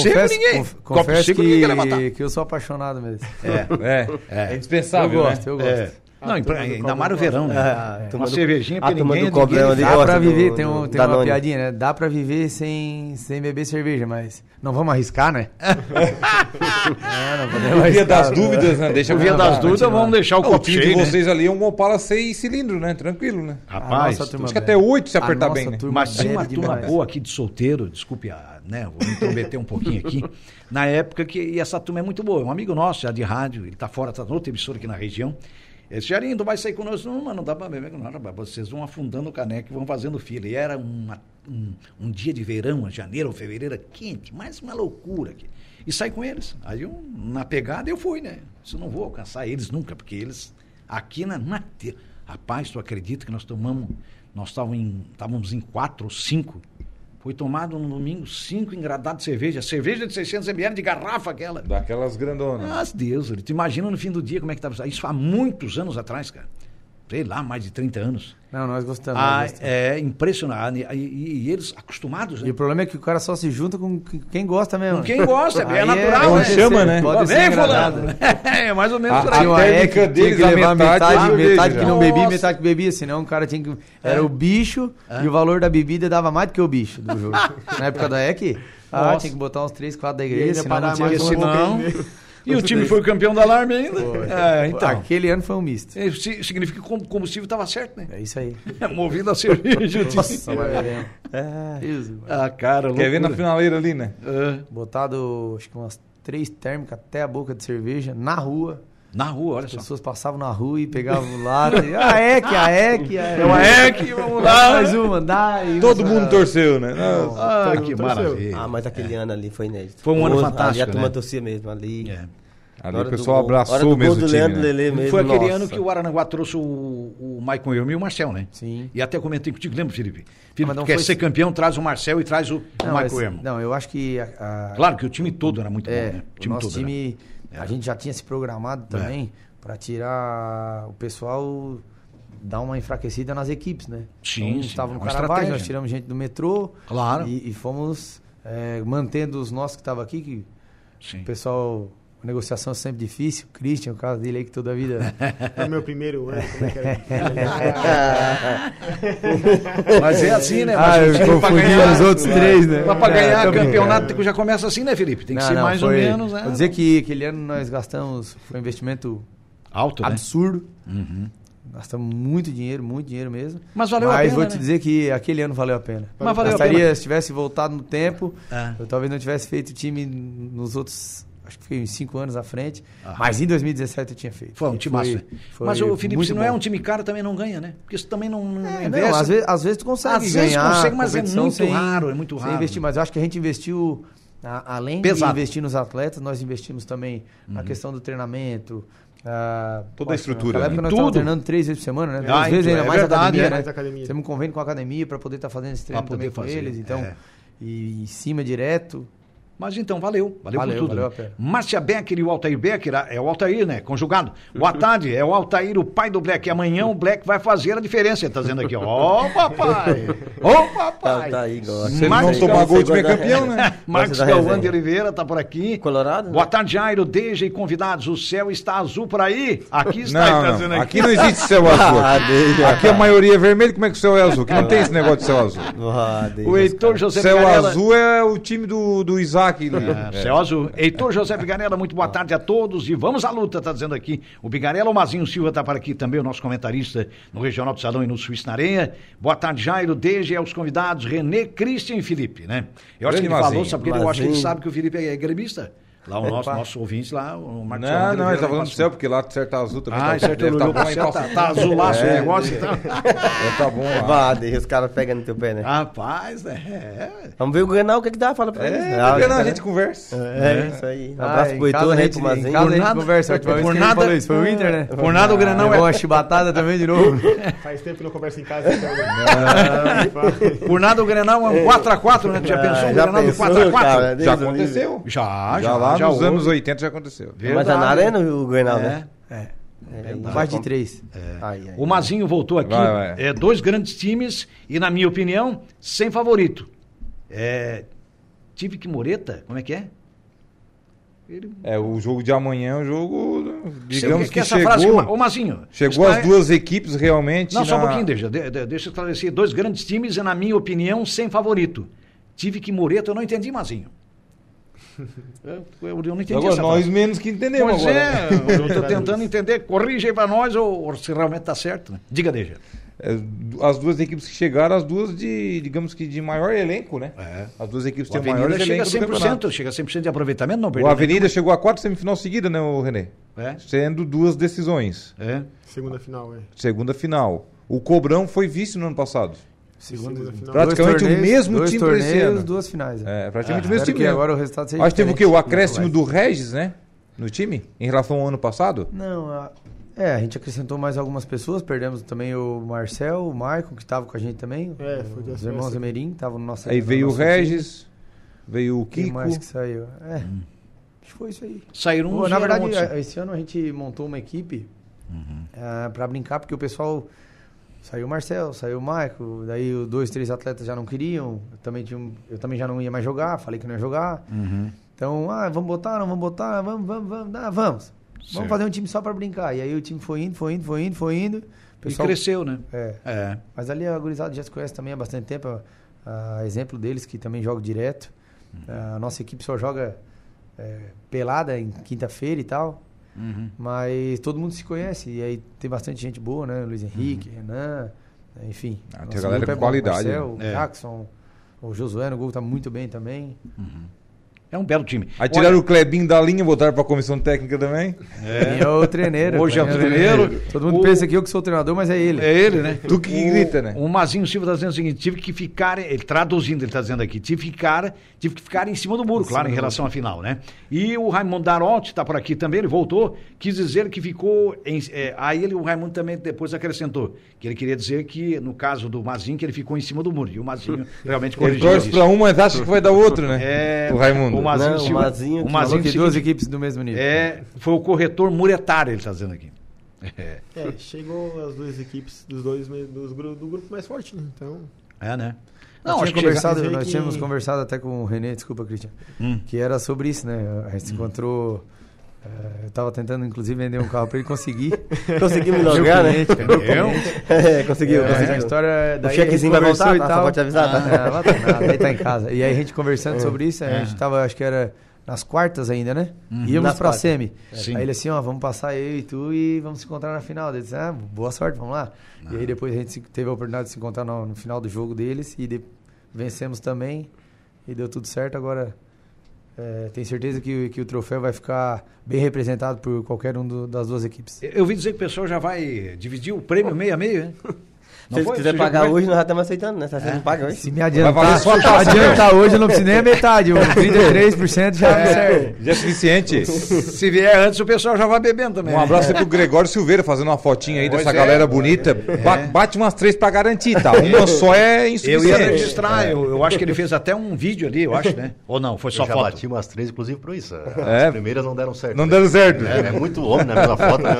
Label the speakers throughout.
Speaker 1: cheio com ninguém.
Speaker 2: conf-
Speaker 1: Copo
Speaker 2: confesso
Speaker 1: cheio com ninguém quer levantar.
Speaker 2: que, que eu sou apaixonado mesmo.
Speaker 3: É, é,
Speaker 2: Eu
Speaker 3: indispensável,
Speaker 2: gosto,
Speaker 3: né?
Speaker 2: eu
Speaker 1: É.
Speaker 2: gosto.
Speaker 3: Não,
Speaker 4: turma do
Speaker 3: ainda
Speaker 4: Cobrão
Speaker 3: mais no
Speaker 4: gosta.
Speaker 3: verão, né?
Speaker 4: É, a turma
Speaker 3: uma
Speaker 4: do-
Speaker 3: cervejinha
Speaker 4: a
Speaker 3: pra
Speaker 4: turma do é
Speaker 3: ninguém.
Speaker 4: Cobrão
Speaker 3: ninguém-
Speaker 4: ali
Speaker 2: Dá
Speaker 4: gosta
Speaker 2: pra
Speaker 4: do-
Speaker 2: viver, tem,
Speaker 4: do
Speaker 2: um, tem uma
Speaker 4: Danone.
Speaker 2: piadinha, né? Dá pra viver sem, sem beber cerveja, mas não vamos arriscar, né?
Speaker 3: O dia das
Speaker 2: cara.
Speaker 3: dúvidas, né? Deixa
Speaker 4: O dia
Speaker 3: pra-
Speaker 4: das
Speaker 3: pra
Speaker 4: dúvidas,
Speaker 3: continuar.
Speaker 4: vamos deixar o
Speaker 3: Ah, O
Speaker 4: copo
Speaker 3: time
Speaker 4: cheio,
Speaker 3: de
Speaker 4: né?
Speaker 3: vocês ali é um Opala 6 cilindro, né? Tranquilo, né?
Speaker 4: Rapaz,
Speaker 2: nossa turma
Speaker 3: Acho que
Speaker 2: bebe.
Speaker 3: até 8 se
Speaker 2: A
Speaker 3: apertar
Speaker 2: nossa
Speaker 3: bem, né?
Speaker 2: turma
Speaker 4: Mas tinha uma
Speaker 2: bebe
Speaker 4: turma
Speaker 2: demais.
Speaker 4: boa aqui de solteiro, desculpe, a, né, vou me intrometer um pouquinho aqui, na época que e essa turma é muito boa. Um amigo nosso, já de rádio, ele está fora, está outra emissora aqui na região. Ele disse, Gerinho, tu vai sair conosco? Não, mas não dá para beber com nós, rapaz. Vocês vão afundando o caneco e vão fazendo fila. E era uma- um, um dia de verão, janeiro ou fevereiro, era quente, mais uma loucura aqui. E saí com eles. Aí, eu, na pegada, eu fui, né? Disse, eu não vou alcançar eles nunca, porque eles Aqui na, na te- Rapaz, tu acredita que nós tomamos. Nós estávamos em, estávamos em quatro ou cinco. Foi tomado no domingo cinco engradados de cerveja. Cerveja de 600 ml de garrafa aquela.
Speaker 3: Daquelas grandonas.
Speaker 4: Mas Deus, ele, tu imagina no fim do dia como é que estava. Isso há muitos anos atrás, cara. Sei lá, mais de 30 anos.
Speaker 2: Não, nós gostamos. nós
Speaker 4: Ah,
Speaker 2: gostamos.
Speaker 4: é impressionante. E, e- e eles acostumados,
Speaker 2: E
Speaker 4: né?
Speaker 2: o problema é que o cara só se junta com qu- quem gosta mesmo.
Speaker 4: Com quem gosta, é
Speaker 2: Aí
Speaker 4: natural,
Speaker 3: é
Speaker 4: né?
Speaker 3: um chama, né?
Speaker 2: Pode ser
Speaker 4: Vem,
Speaker 2: engraçado.
Speaker 4: fulano! É mais ou menos
Speaker 3: Ah,
Speaker 4: por
Speaker 3: ah,
Speaker 4: aí.
Speaker 2: Tinha uma
Speaker 3: A técnica
Speaker 2: época que tinha que
Speaker 3: deles, a
Speaker 2: levar
Speaker 3: metade
Speaker 2: metade,
Speaker 3: cerveja.
Speaker 2: metade que não bebia,
Speaker 4: Nossa.
Speaker 2: metade que bebia, senão o cara tinha que. Era o bicho e o valor da bebida dava mais do que o bicho do jogo. Na época da EC, ah,
Speaker 4: Nossa.
Speaker 2: tinha que botar uns 3, 4 da
Speaker 1: E
Speaker 2: igreja,
Speaker 1: ainda
Speaker 2: senão não
Speaker 1: parar
Speaker 2: tinha
Speaker 1: mais
Speaker 4: Porque
Speaker 1: um
Speaker 2: como-
Speaker 1: pouco.
Speaker 4: senão. E o time foi o campeão da alarme ainda. É, então.
Speaker 2: Aquele ano foi um misto.
Speaker 4: Isso si- É, significa que o combustível estava certo, né?
Speaker 2: É isso aí.
Speaker 4: Movido a cerveja. eu disse.
Speaker 2: Nossa, é. vai bebendo. Isso.
Speaker 4: ah, cara,
Speaker 3: Quer ver na
Speaker 4: loucura.
Speaker 3: finaleira ali, né?
Speaker 4: Ah,
Speaker 2: Botado, acho que umas três térmicas até a boca de cerveja, na rua.
Speaker 4: na rua, olha
Speaker 2: As
Speaker 4: só.
Speaker 2: pessoas passavam na rua e pegavam lata. e, Ah, é que, ah, é que, ah, é.
Speaker 4: É uma EC, vamos lá.
Speaker 2: Mais uma, dá. e-
Speaker 3: Todo mundo torceu, né? Nossa.
Speaker 2: Tá
Speaker 4: Ah,
Speaker 1: Todo mundo
Speaker 4: que
Speaker 1: torceu.
Speaker 4: maravilha.
Speaker 5: Ah, mas aquele ano ali foi inédito.
Speaker 4: Foi um ano
Speaker 5: Pô, Ali
Speaker 4: fantástico,
Speaker 5: a turma
Speaker 4: né?
Speaker 5: torcia mesmo, ali.
Speaker 4: É.
Speaker 3: Ali
Speaker 5: Na
Speaker 3: o
Speaker 5: hora do
Speaker 3: pessoal
Speaker 5: gol- hora
Speaker 3: abraçou
Speaker 5: do
Speaker 3: o mesmo
Speaker 5: gol do
Speaker 3: time,
Speaker 5: Leandro
Speaker 3: né?
Speaker 5: Lelê mesmo,
Speaker 4: Foi aquele
Speaker 5: nossa.
Speaker 4: ano que o Aranaguá trouxe o, o Maicon Elmi e o Marcel, né?
Speaker 2: Sim.
Speaker 4: E até comentei contigo, lembra, Felipe?
Speaker 2: mas
Speaker 4: Felipe,
Speaker 2: não
Speaker 4: tu quer
Speaker 2: foi-
Speaker 4: ser campeão, traz o Marcel e traz o, o
Speaker 2: Não,
Speaker 4: Maicon
Speaker 2: mas-
Speaker 4: Elmi.
Speaker 2: não, eu acho que a, a-
Speaker 4: Claro que o time todo era muito
Speaker 2: é,
Speaker 4: bom, né? É.
Speaker 2: o nosso
Speaker 4: era.
Speaker 2: time, a gente já tinha se programado também pra tirar o pessoal dar uma enfraquecida nas equipes, né?
Speaker 4: Sim,
Speaker 2: então,
Speaker 4: sim,
Speaker 2: estava no
Speaker 4: é uma
Speaker 2: Caravaggio, nós
Speaker 4: estratégia.
Speaker 2: tiramos gente do metrô
Speaker 4: Claro.
Speaker 2: e, e fomos é, mantendo os nossos que estavam aqui, que
Speaker 4: Sim.
Speaker 2: o pessoal, a negociação é sempre difícil, o Christian, o caso dele aí que toda a vida né?
Speaker 1: No meu primeiro ano, como é que era?
Speaker 4: Mas é assim, né?
Speaker 2: Ah, eu confundi os outros três, né?
Speaker 4: Mas pra
Speaker 2: É,
Speaker 4: ganhar
Speaker 2: também.
Speaker 4: campeonato já começa assim, né, Felipe? Tem que
Speaker 2: Não,
Speaker 4: ser
Speaker 2: não,
Speaker 4: mais ou
Speaker 2: foi-
Speaker 4: menos, né?
Speaker 2: Vou dizer que aquele ano nós gastamos, foi um investimento
Speaker 4: Alto, né? Uhum.
Speaker 2: absurdo. Gastamos muito dinheiro, muito dinheiro mesmo.
Speaker 4: Mas valeu a
Speaker 2: Mas
Speaker 4: pena,
Speaker 2: vou
Speaker 4: né?
Speaker 2: te dizer que aquele ano valeu a pena.
Speaker 4: Mas valeu a
Speaker 2: Gastaria,
Speaker 4: pena.
Speaker 2: se tivesse voltado no tempo,
Speaker 4: É.
Speaker 2: eu talvez não tivesse feito time nos outros, acho que fiquei uns cinco anos à frente. Mas em 2017 eu tinha feito.
Speaker 4: Foi um
Speaker 2: E
Speaker 4: time massa.
Speaker 2: foi
Speaker 4: Mas o Felipe,
Speaker 2: muito
Speaker 4: se não
Speaker 2: bom.
Speaker 4: é um time caro, também não ganha, né? Porque isso também não, não
Speaker 2: É,
Speaker 4: investe.
Speaker 2: não, às vezes, às vezes tu consegue
Speaker 4: Às vezes
Speaker 2: ganhar.
Speaker 4: consegue, mas é
Speaker 2: competição
Speaker 4: muito raro, é muito
Speaker 2: sem
Speaker 4: raro,
Speaker 2: investir,
Speaker 4: né?
Speaker 2: mas eu acho que a gente investiu, a- além
Speaker 4: Pesado.
Speaker 2: de investir nos atletas, nós investimos também na
Speaker 4: Uhum.
Speaker 2: questão do treinamento. ah,
Speaker 3: Toda a
Speaker 2: acho que
Speaker 3: estrutura,
Speaker 2: Naquela
Speaker 3: né?
Speaker 2: época nós
Speaker 4: Tudo.
Speaker 2: estávamos treinando três vezes por semana, né? Duas
Speaker 4: Ah,
Speaker 2: vezes
Speaker 4: então,
Speaker 2: ainda
Speaker 4: é
Speaker 2: mais
Speaker 4: verdade,
Speaker 2: academia,
Speaker 4: é,
Speaker 2: né?
Speaker 1: mais academia.
Speaker 2: Temos um convênio com a academia para poder estar fazendo esse treino
Speaker 4: Pra poder
Speaker 2: também com
Speaker 4: fazer,
Speaker 2: eles. Então,
Speaker 4: é.
Speaker 2: e em cima direto.
Speaker 4: Mas então, valeu. Valeu,
Speaker 2: Valeu,
Speaker 4: por tudo.
Speaker 2: valeu
Speaker 4: né?
Speaker 2: a pena.
Speaker 4: Márcia Becker e o Altair Becker, ah, é o Altair, né? Conjugado. O Atade é o Altair, o pai do Black. E amanhã o Black vai fazer a diferença. Ele tá dizendo aqui, ó. Ô, papai! Ô, papai!
Speaker 5: Tá aí, gosta.
Speaker 3: Se ele
Speaker 4: Marcos
Speaker 3: não tomar
Speaker 5: Galvão,
Speaker 3: gol, o
Speaker 5: você
Speaker 3: time é
Speaker 5: gosta-
Speaker 3: campeão, né?
Speaker 4: Marcos
Speaker 5: da
Speaker 4: Galvão
Speaker 5: resenha.
Speaker 4: de Oliveira tá por aqui.
Speaker 5: Colorado, né?
Speaker 4: Boa tarde, Jairo, Deja e convidados. O céu está azul por aí. Aqui está, ele tá
Speaker 3: Não,
Speaker 4: dizendo
Speaker 3: não. Aqui não existe céu azul.
Speaker 5: Ah, deixa.
Speaker 3: Aqui a maioria é vermelho, como é que o céu é azul? Aqui não tem esse negócio de céu azul.
Speaker 5: Ah, deixa.
Speaker 4: O Heitor José
Speaker 3: Céu
Speaker 4: Vigarella-
Speaker 3: azul é o time do, do Isaac. ali.
Speaker 4: É,
Speaker 3: É. Ah.
Speaker 4: Céu Azul. Heitor José Vigarela, muito boa tarde a todos e vamos à luta, tá dizendo aqui. O Vigarela, o Mazinho Silva tá para aqui também, o nosso comentarista no Regional do Salão e no Suíça na Areia. Boa tarde, Jairo, desde aos convidados, Renê, Christian e Felipe, né? Eu acho que
Speaker 3: Grande
Speaker 4: ele
Speaker 3: Mazinho.
Speaker 4: falou, sabe porque eu acho que ele
Speaker 5: Mazinho.
Speaker 4: sabe que o Felipe é gremista. Lá o nosso, nosso ouvinte lá, o Marcos
Speaker 3: Não,
Speaker 4: Fernando
Speaker 3: não, ele
Speaker 4: Oliveira,
Speaker 3: tá
Speaker 4: lá
Speaker 3: falando
Speaker 4: em
Speaker 3: do céu, porque lá certo tá azul também.
Speaker 4: Ah,
Speaker 3: tá,
Speaker 4: certo,
Speaker 3: deve
Speaker 4: ele
Speaker 3: tá
Speaker 4: olhou
Speaker 3: bom
Speaker 4: pra
Speaker 3: aí.
Speaker 4: céu,
Speaker 3: Tá,
Speaker 4: tá, tá azulaço o
Speaker 3: É.
Speaker 4: negócio então. e tal.
Speaker 3: deve tá bom lá.
Speaker 5: Ah, deixa os caras pegando teu pé, né?
Speaker 4: Ah. Rapaz, é.
Speaker 5: Vamos ver o Grenal, o que que dá? Fala pra
Speaker 3: É,
Speaker 5: eles.
Speaker 3: não,
Speaker 5: Ah,
Speaker 3: a
Speaker 5: tá-
Speaker 3: gente conversa.
Speaker 5: É isso aí. Um abraço
Speaker 2: Ah,
Speaker 5: pro
Speaker 2: em casa
Speaker 5: Heitor,
Speaker 2: a
Speaker 5: né?
Speaker 2: gente-
Speaker 5: Pro
Speaker 2: Em
Speaker 5: Mazinho.
Speaker 2: casa a gente
Speaker 4: nada-
Speaker 2: conversa. A última
Speaker 4: por
Speaker 2: vez que a gente
Speaker 4: nada-
Speaker 2: falou isso foi o Inter, né?
Speaker 4: Por nada o Grenal
Speaker 2: Levou
Speaker 4: é-
Speaker 2: uma chibatada também de novo.
Speaker 1: Faz tempo que não converso em casa. Então, né?
Speaker 4: Por nada o Grenal é um 4x4, né? Tu já pensou
Speaker 5: Ah,
Speaker 4: um
Speaker 5: já
Speaker 4: Grenal
Speaker 5: pensou,
Speaker 4: do 4x4?
Speaker 5: cara?
Speaker 3: Já
Speaker 5: Deus
Speaker 3: aconteceu.
Speaker 4: Já, já,
Speaker 3: Já lá
Speaker 4: já
Speaker 3: nos
Speaker 4: houve.
Speaker 3: anos 80 já aconteceu.
Speaker 5: Mas é na arena o Grenal, né?
Speaker 2: É.
Speaker 5: É,
Speaker 2: Mais de três.
Speaker 5: Ai, ai.
Speaker 4: O Mazinho voltou aqui.
Speaker 3: Vai, vai.
Speaker 4: É, dois grandes times e, na minha opinião, sem favorito. É, Tive que Moreta? Como é que é? Ele...
Speaker 3: É, o jogo de amanhã é um jogo, digamos
Speaker 4: Você-
Speaker 3: que,
Speaker 4: essa
Speaker 3: chegou,
Speaker 4: frase que o- Ô, Mazinho.
Speaker 3: chegou
Speaker 4: está-
Speaker 3: as duas equipes realmente
Speaker 4: Não, só um
Speaker 3: na-
Speaker 4: pouquinho, deixa, de- de- deixa eu esclarecer. Dois grandes times e, na minha opinião, sem favorito. Tive que Moreta, eu não entendi, Mazinho. Eu, eu não entendi
Speaker 3: Agora,
Speaker 4: essa
Speaker 3: nós
Speaker 4: frase.
Speaker 3: menos que entendemos
Speaker 4: Pois
Speaker 3: agora.
Speaker 4: é, eu estou tentando entender. Corrige aí para nós ou, ou se realmente está certo. né? Diga, Deja.
Speaker 3: É, du- As duas equipes que chegaram, as duas de, digamos que de maior elenco, né?
Speaker 4: É.
Speaker 3: As duas equipes
Speaker 4: O
Speaker 3: têm o maior
Speaker 4: Avenida chega a
Speaker 3: elenco do campeonato.
Speaker 4: 100%, chega a 100% de aproveitamento, não
Speaker 3: O
Speaker 4: perdeu.
Speaker 3: Avenida chegou a quatro semifinal seguida, né, o Renê?
Speaker 4: É,
Speaker 3: Sendo duas decisões.
Speaker 4: é.
Speaker 1: Segunda final, é.
Speaker 3: Segunda final. O Cobrão foi vice no ano passado.
Speaker 1: Segunda final.
Speaker 3: Praticamente
Speaker 2: Dois
Speaker 3: o mesmo
Speaker 2: dois
Speaker 3: time pra esse
Speaker 2: torneios,
Speaker 3: ano.
Speaker 2: duas finais.
Speaker 3: É, praticamente o
Speaker 2: Espero
Speaker 3: mesmo time.
Speaker 2: que
Speaker 3: né?
Speaker 2: agora o resultado seja
Speaker 3: Acho que teve o
Speaker 2: diferente.
Speaker 3: quê? O acréscimo
Speaker 2: Não,
Speaker 3: do Regis, né? No time? Em relação ao ano passado?
Speaker 2: Não, a- é, a gente acrescentou mais algumas pessoas, perdemos também o Marcel, o Maicon, que estava com a gente também.
Speaker 1: É, foi dessa
Speaker 2: Os irmãos
Speaker 1: festa.
Speaker 2: Emerim estavam no nosso
Speaker 3: Aí
Speaker 2: no
Speaker 3: veio o
Speaker 2: nosso
Speaker 3: Regis, veio o
Speaker 2: time. Quem
Speaker 3: Kiko. Hum.
Speaker 2: mais que saiu? É, acho que foi isso aí.
Speaker 4: Saíram
Speaker 2: Pô,
Speaker 4: uns
Speaker 2: na
Speaker 4: e eram
Speaker 2: verdade,
Speaker 4: outros.
Speaker 3: é,
Speaker 2: a- esse ano a gente montou uma equipe
Speaker 4: Uhum.
Speaker 2: para brincar, porque o pessoal. Saiu o Marcel, saiu o Maico, daí os dois, três atletas já não queriam. Eu também, tinha um- eu também já não ia mais jogar, falei que não ia jogar.
Speaker 4: Uhum.
Speaker 2: Então, ah, vamos botar, não vamos botar, vamos, vamos, vamos, ah, vamos.
Speaker 4: Certo.
Speaker 2: Vamos fazer um time só para brincar. E aí o time foi indo, foi indo, foi indo, foi indo. O
Speaker 4: E
Speaker 2: pessoal-
Speaker 4: cresceu, né?
Speaker 2: É.
Speaker 4: É.
Speaker 2: Mas ali a gurizada já se conhece também há bastante tempo. a- a exemplo deles que também joga direto.
Speaker 4: Uhum.
Speaker 2: É, A nossa equipe só joga é, pelada em quinta-feira e tal.
Speaker 4: uhum.
Speaker 2: Mas todo mundo se conhece. E aí tem bastante gente boa, né? Luiz Henrique,
Speaker 4: Uhum.
Speaker 2: Renan, enfim.
Speaker 3: Ah, tem
Speaker 2: Nosso
Speaker 3: galera
Speaker 2: grupo
Speaker 3: com
Speaker 2: bom,
Speaker 3: qualidade,
Speaker 2: Marcel,
Speaker 4: né? É.
Speaker 2: Jackson, o Josué no gol tá muito bem também.
Speaker 4: É um belo time.
Speaker 3: Aí tiraram
Speaker 4: Olha,
Speaker 3: o Clebinho da linha, botaram pra comissão técnica também.
Speaker 2: E é o treineiro.
Speaker 4: Hoje é o
Speaker 2: né?
Speaker 4: treineiro.
Speaker 2: Todo mundo
Speaker 4: O-
Speaker 2: pensa que eu que sou o treinador, mas é ele.
Speaker 4: É ele, né?
Speaker 3: Tu que grita, né?
Speaker 4: O Mazinho Silva está dizendo o seguinte: tive que ficar, ele traduzindo, ele está dizendo aqui, tive que ficar, tive que ficar em cima do muro, claro, em relação à final, né? E o Raimundo Darotti está por aqui também, ele voltou, quis dizer que ficou. Em, é, aí ele, o Raimundo também depois acrescentou, que ele queria dizer que, no caso do Mazinho, que ele ficou em cima do muro. E o Mazinho realmente
Speaker 3: Ele
Speaker 4: corrigiu
Speaker 3: torce
Speaker 4: isso.
Speaker 3: pra um, mas acha que vai dar outro, né?
Speaker 4: É,
Speaker 3: o Raimundo.
Speaker 4: O Mazinho,
Speaker 5: Não, o
Speaker 4: Silva-
Speaker 5: Mazinho
Speaker 4: o
Speaker 2: Falou
Speaker 5: que
Speaker 4: Mazinho
Speaker 2: que
Speaker 4: Silva-
Speaker 2: duas equipes do mesmo nível.
Speaker 4: é, foi o corretor muretário, ele está dizendo aqui. É,
Speaker 1: É, chegou as duas equipes dos dois me- dos gru- do grupo mais forte, né? Então,
Speaker 4: é né?
Speaker 2: Não,
Speaker 4: acho que chega-
Speaker 2: conversado,
Speaker 1: chega-
Speaker 2: nós
Speaker 1: que-
Speaker 2: tínhamos conversado até com o Renê, desculpa, Cristian,
Speaker 4: Hum.
Speaker 2: que era sobre isso, né? A
Speaker 5: Uhum.
Speaker 2: gente se encontrou. eh, eu tava tentando, inclusive, vender um carro pra ele conseguir.
Speaker 5: Conseguimos
Speaker 2: Meu
Speaker 5: logar, né?
Speaker 2: cliente, meu cliente.
Speaker 5: É, conseguiu,
Speaker 2: É, essa
Speaker 5: conseguiu.
Speaker 2: história daí
Speaker 5: O chequezinho
Speaker 2: a
Speaker 5: vai
Speaker 2: gente
Speaker 5: voltar,
Speaker 2: conversou
Speaker 5: tá? Só pra te avisar, É. tá?
Speaker 2: Ah, não, lá tá nada, aí tá em casa. E aí a gente conversando sobre isso,
Speaker 3: É.
Speaker 2: a gente tava, acho que era nas quartas ainda, né?
Speaker 3: Uhum.
Speaker 2: Íamos
Speaker 5: Nas
Speaker 2: pra
Speaker 5: quartas. É.
Speaker 2: semi.
Speaker 4: Sim.
Speaker 2: Aí ele assim, ó, vamos passar eu e tu e vamos se encontrar na final. Ele disse, ah, boa sorte, vamos lá. E aí
Speaker 3: Ah.
Speaker 2: depois a gente se- teve a oportunidade de se encontrar no, no final do jogo deles e de- vencemos também e deu tudo certo. Agora é, tenho certeza que, o- que o troféu vai ficar bem representado por qualquer um do- das duas equipes.
Speaker 4: Eu ouvi dizer que o pessoal já vai dividir o prêmio meio a meio, né?
Speaker 5: Se eles quiserem
Speaker 4: é
Speaker 5: pagar hoje, nós já estamos aceitando, né? Se vocês não pagam hoje.
Speaker 2: Se me
Speaker 3: valer
Speaker 2: adiantar,
Speaker 3: só a taça,
Speaker 2: adiantar hoje, eu não preciso nem a metade. uns 33% já me serve.
Speaker 3: Já é suficiente.
Speaker 4: Se vier antes, o pessoal já vai bebendo também.
Speaker 3: Um abraço aí pro Gregório Silveira fazendo uma fotinha aí
Speaker 4: Pois
Speaker 3: dessa
Speaker 4: é.
Speaker 3: galera bonita. Ba- bate umas três pra garantir, tá? Uma só é
Speaker 4: Eu ia
Speaker 3: insuficiente. É.
Speaker 4: registrar, eu, eu acho que ele fez até um vídeo ali, eu acho, né? Ou não, foi só
Speaker 6: eu já
Speaker 4: foto.
Speaker 6: bati umas três, inclusive, por isso. As
Speaker 3: É.
Speaker 6: primeiras não deram certo.
Speaker 3: Não deram certo.
Speaker 6: É, é muito homem na mesma foto, né?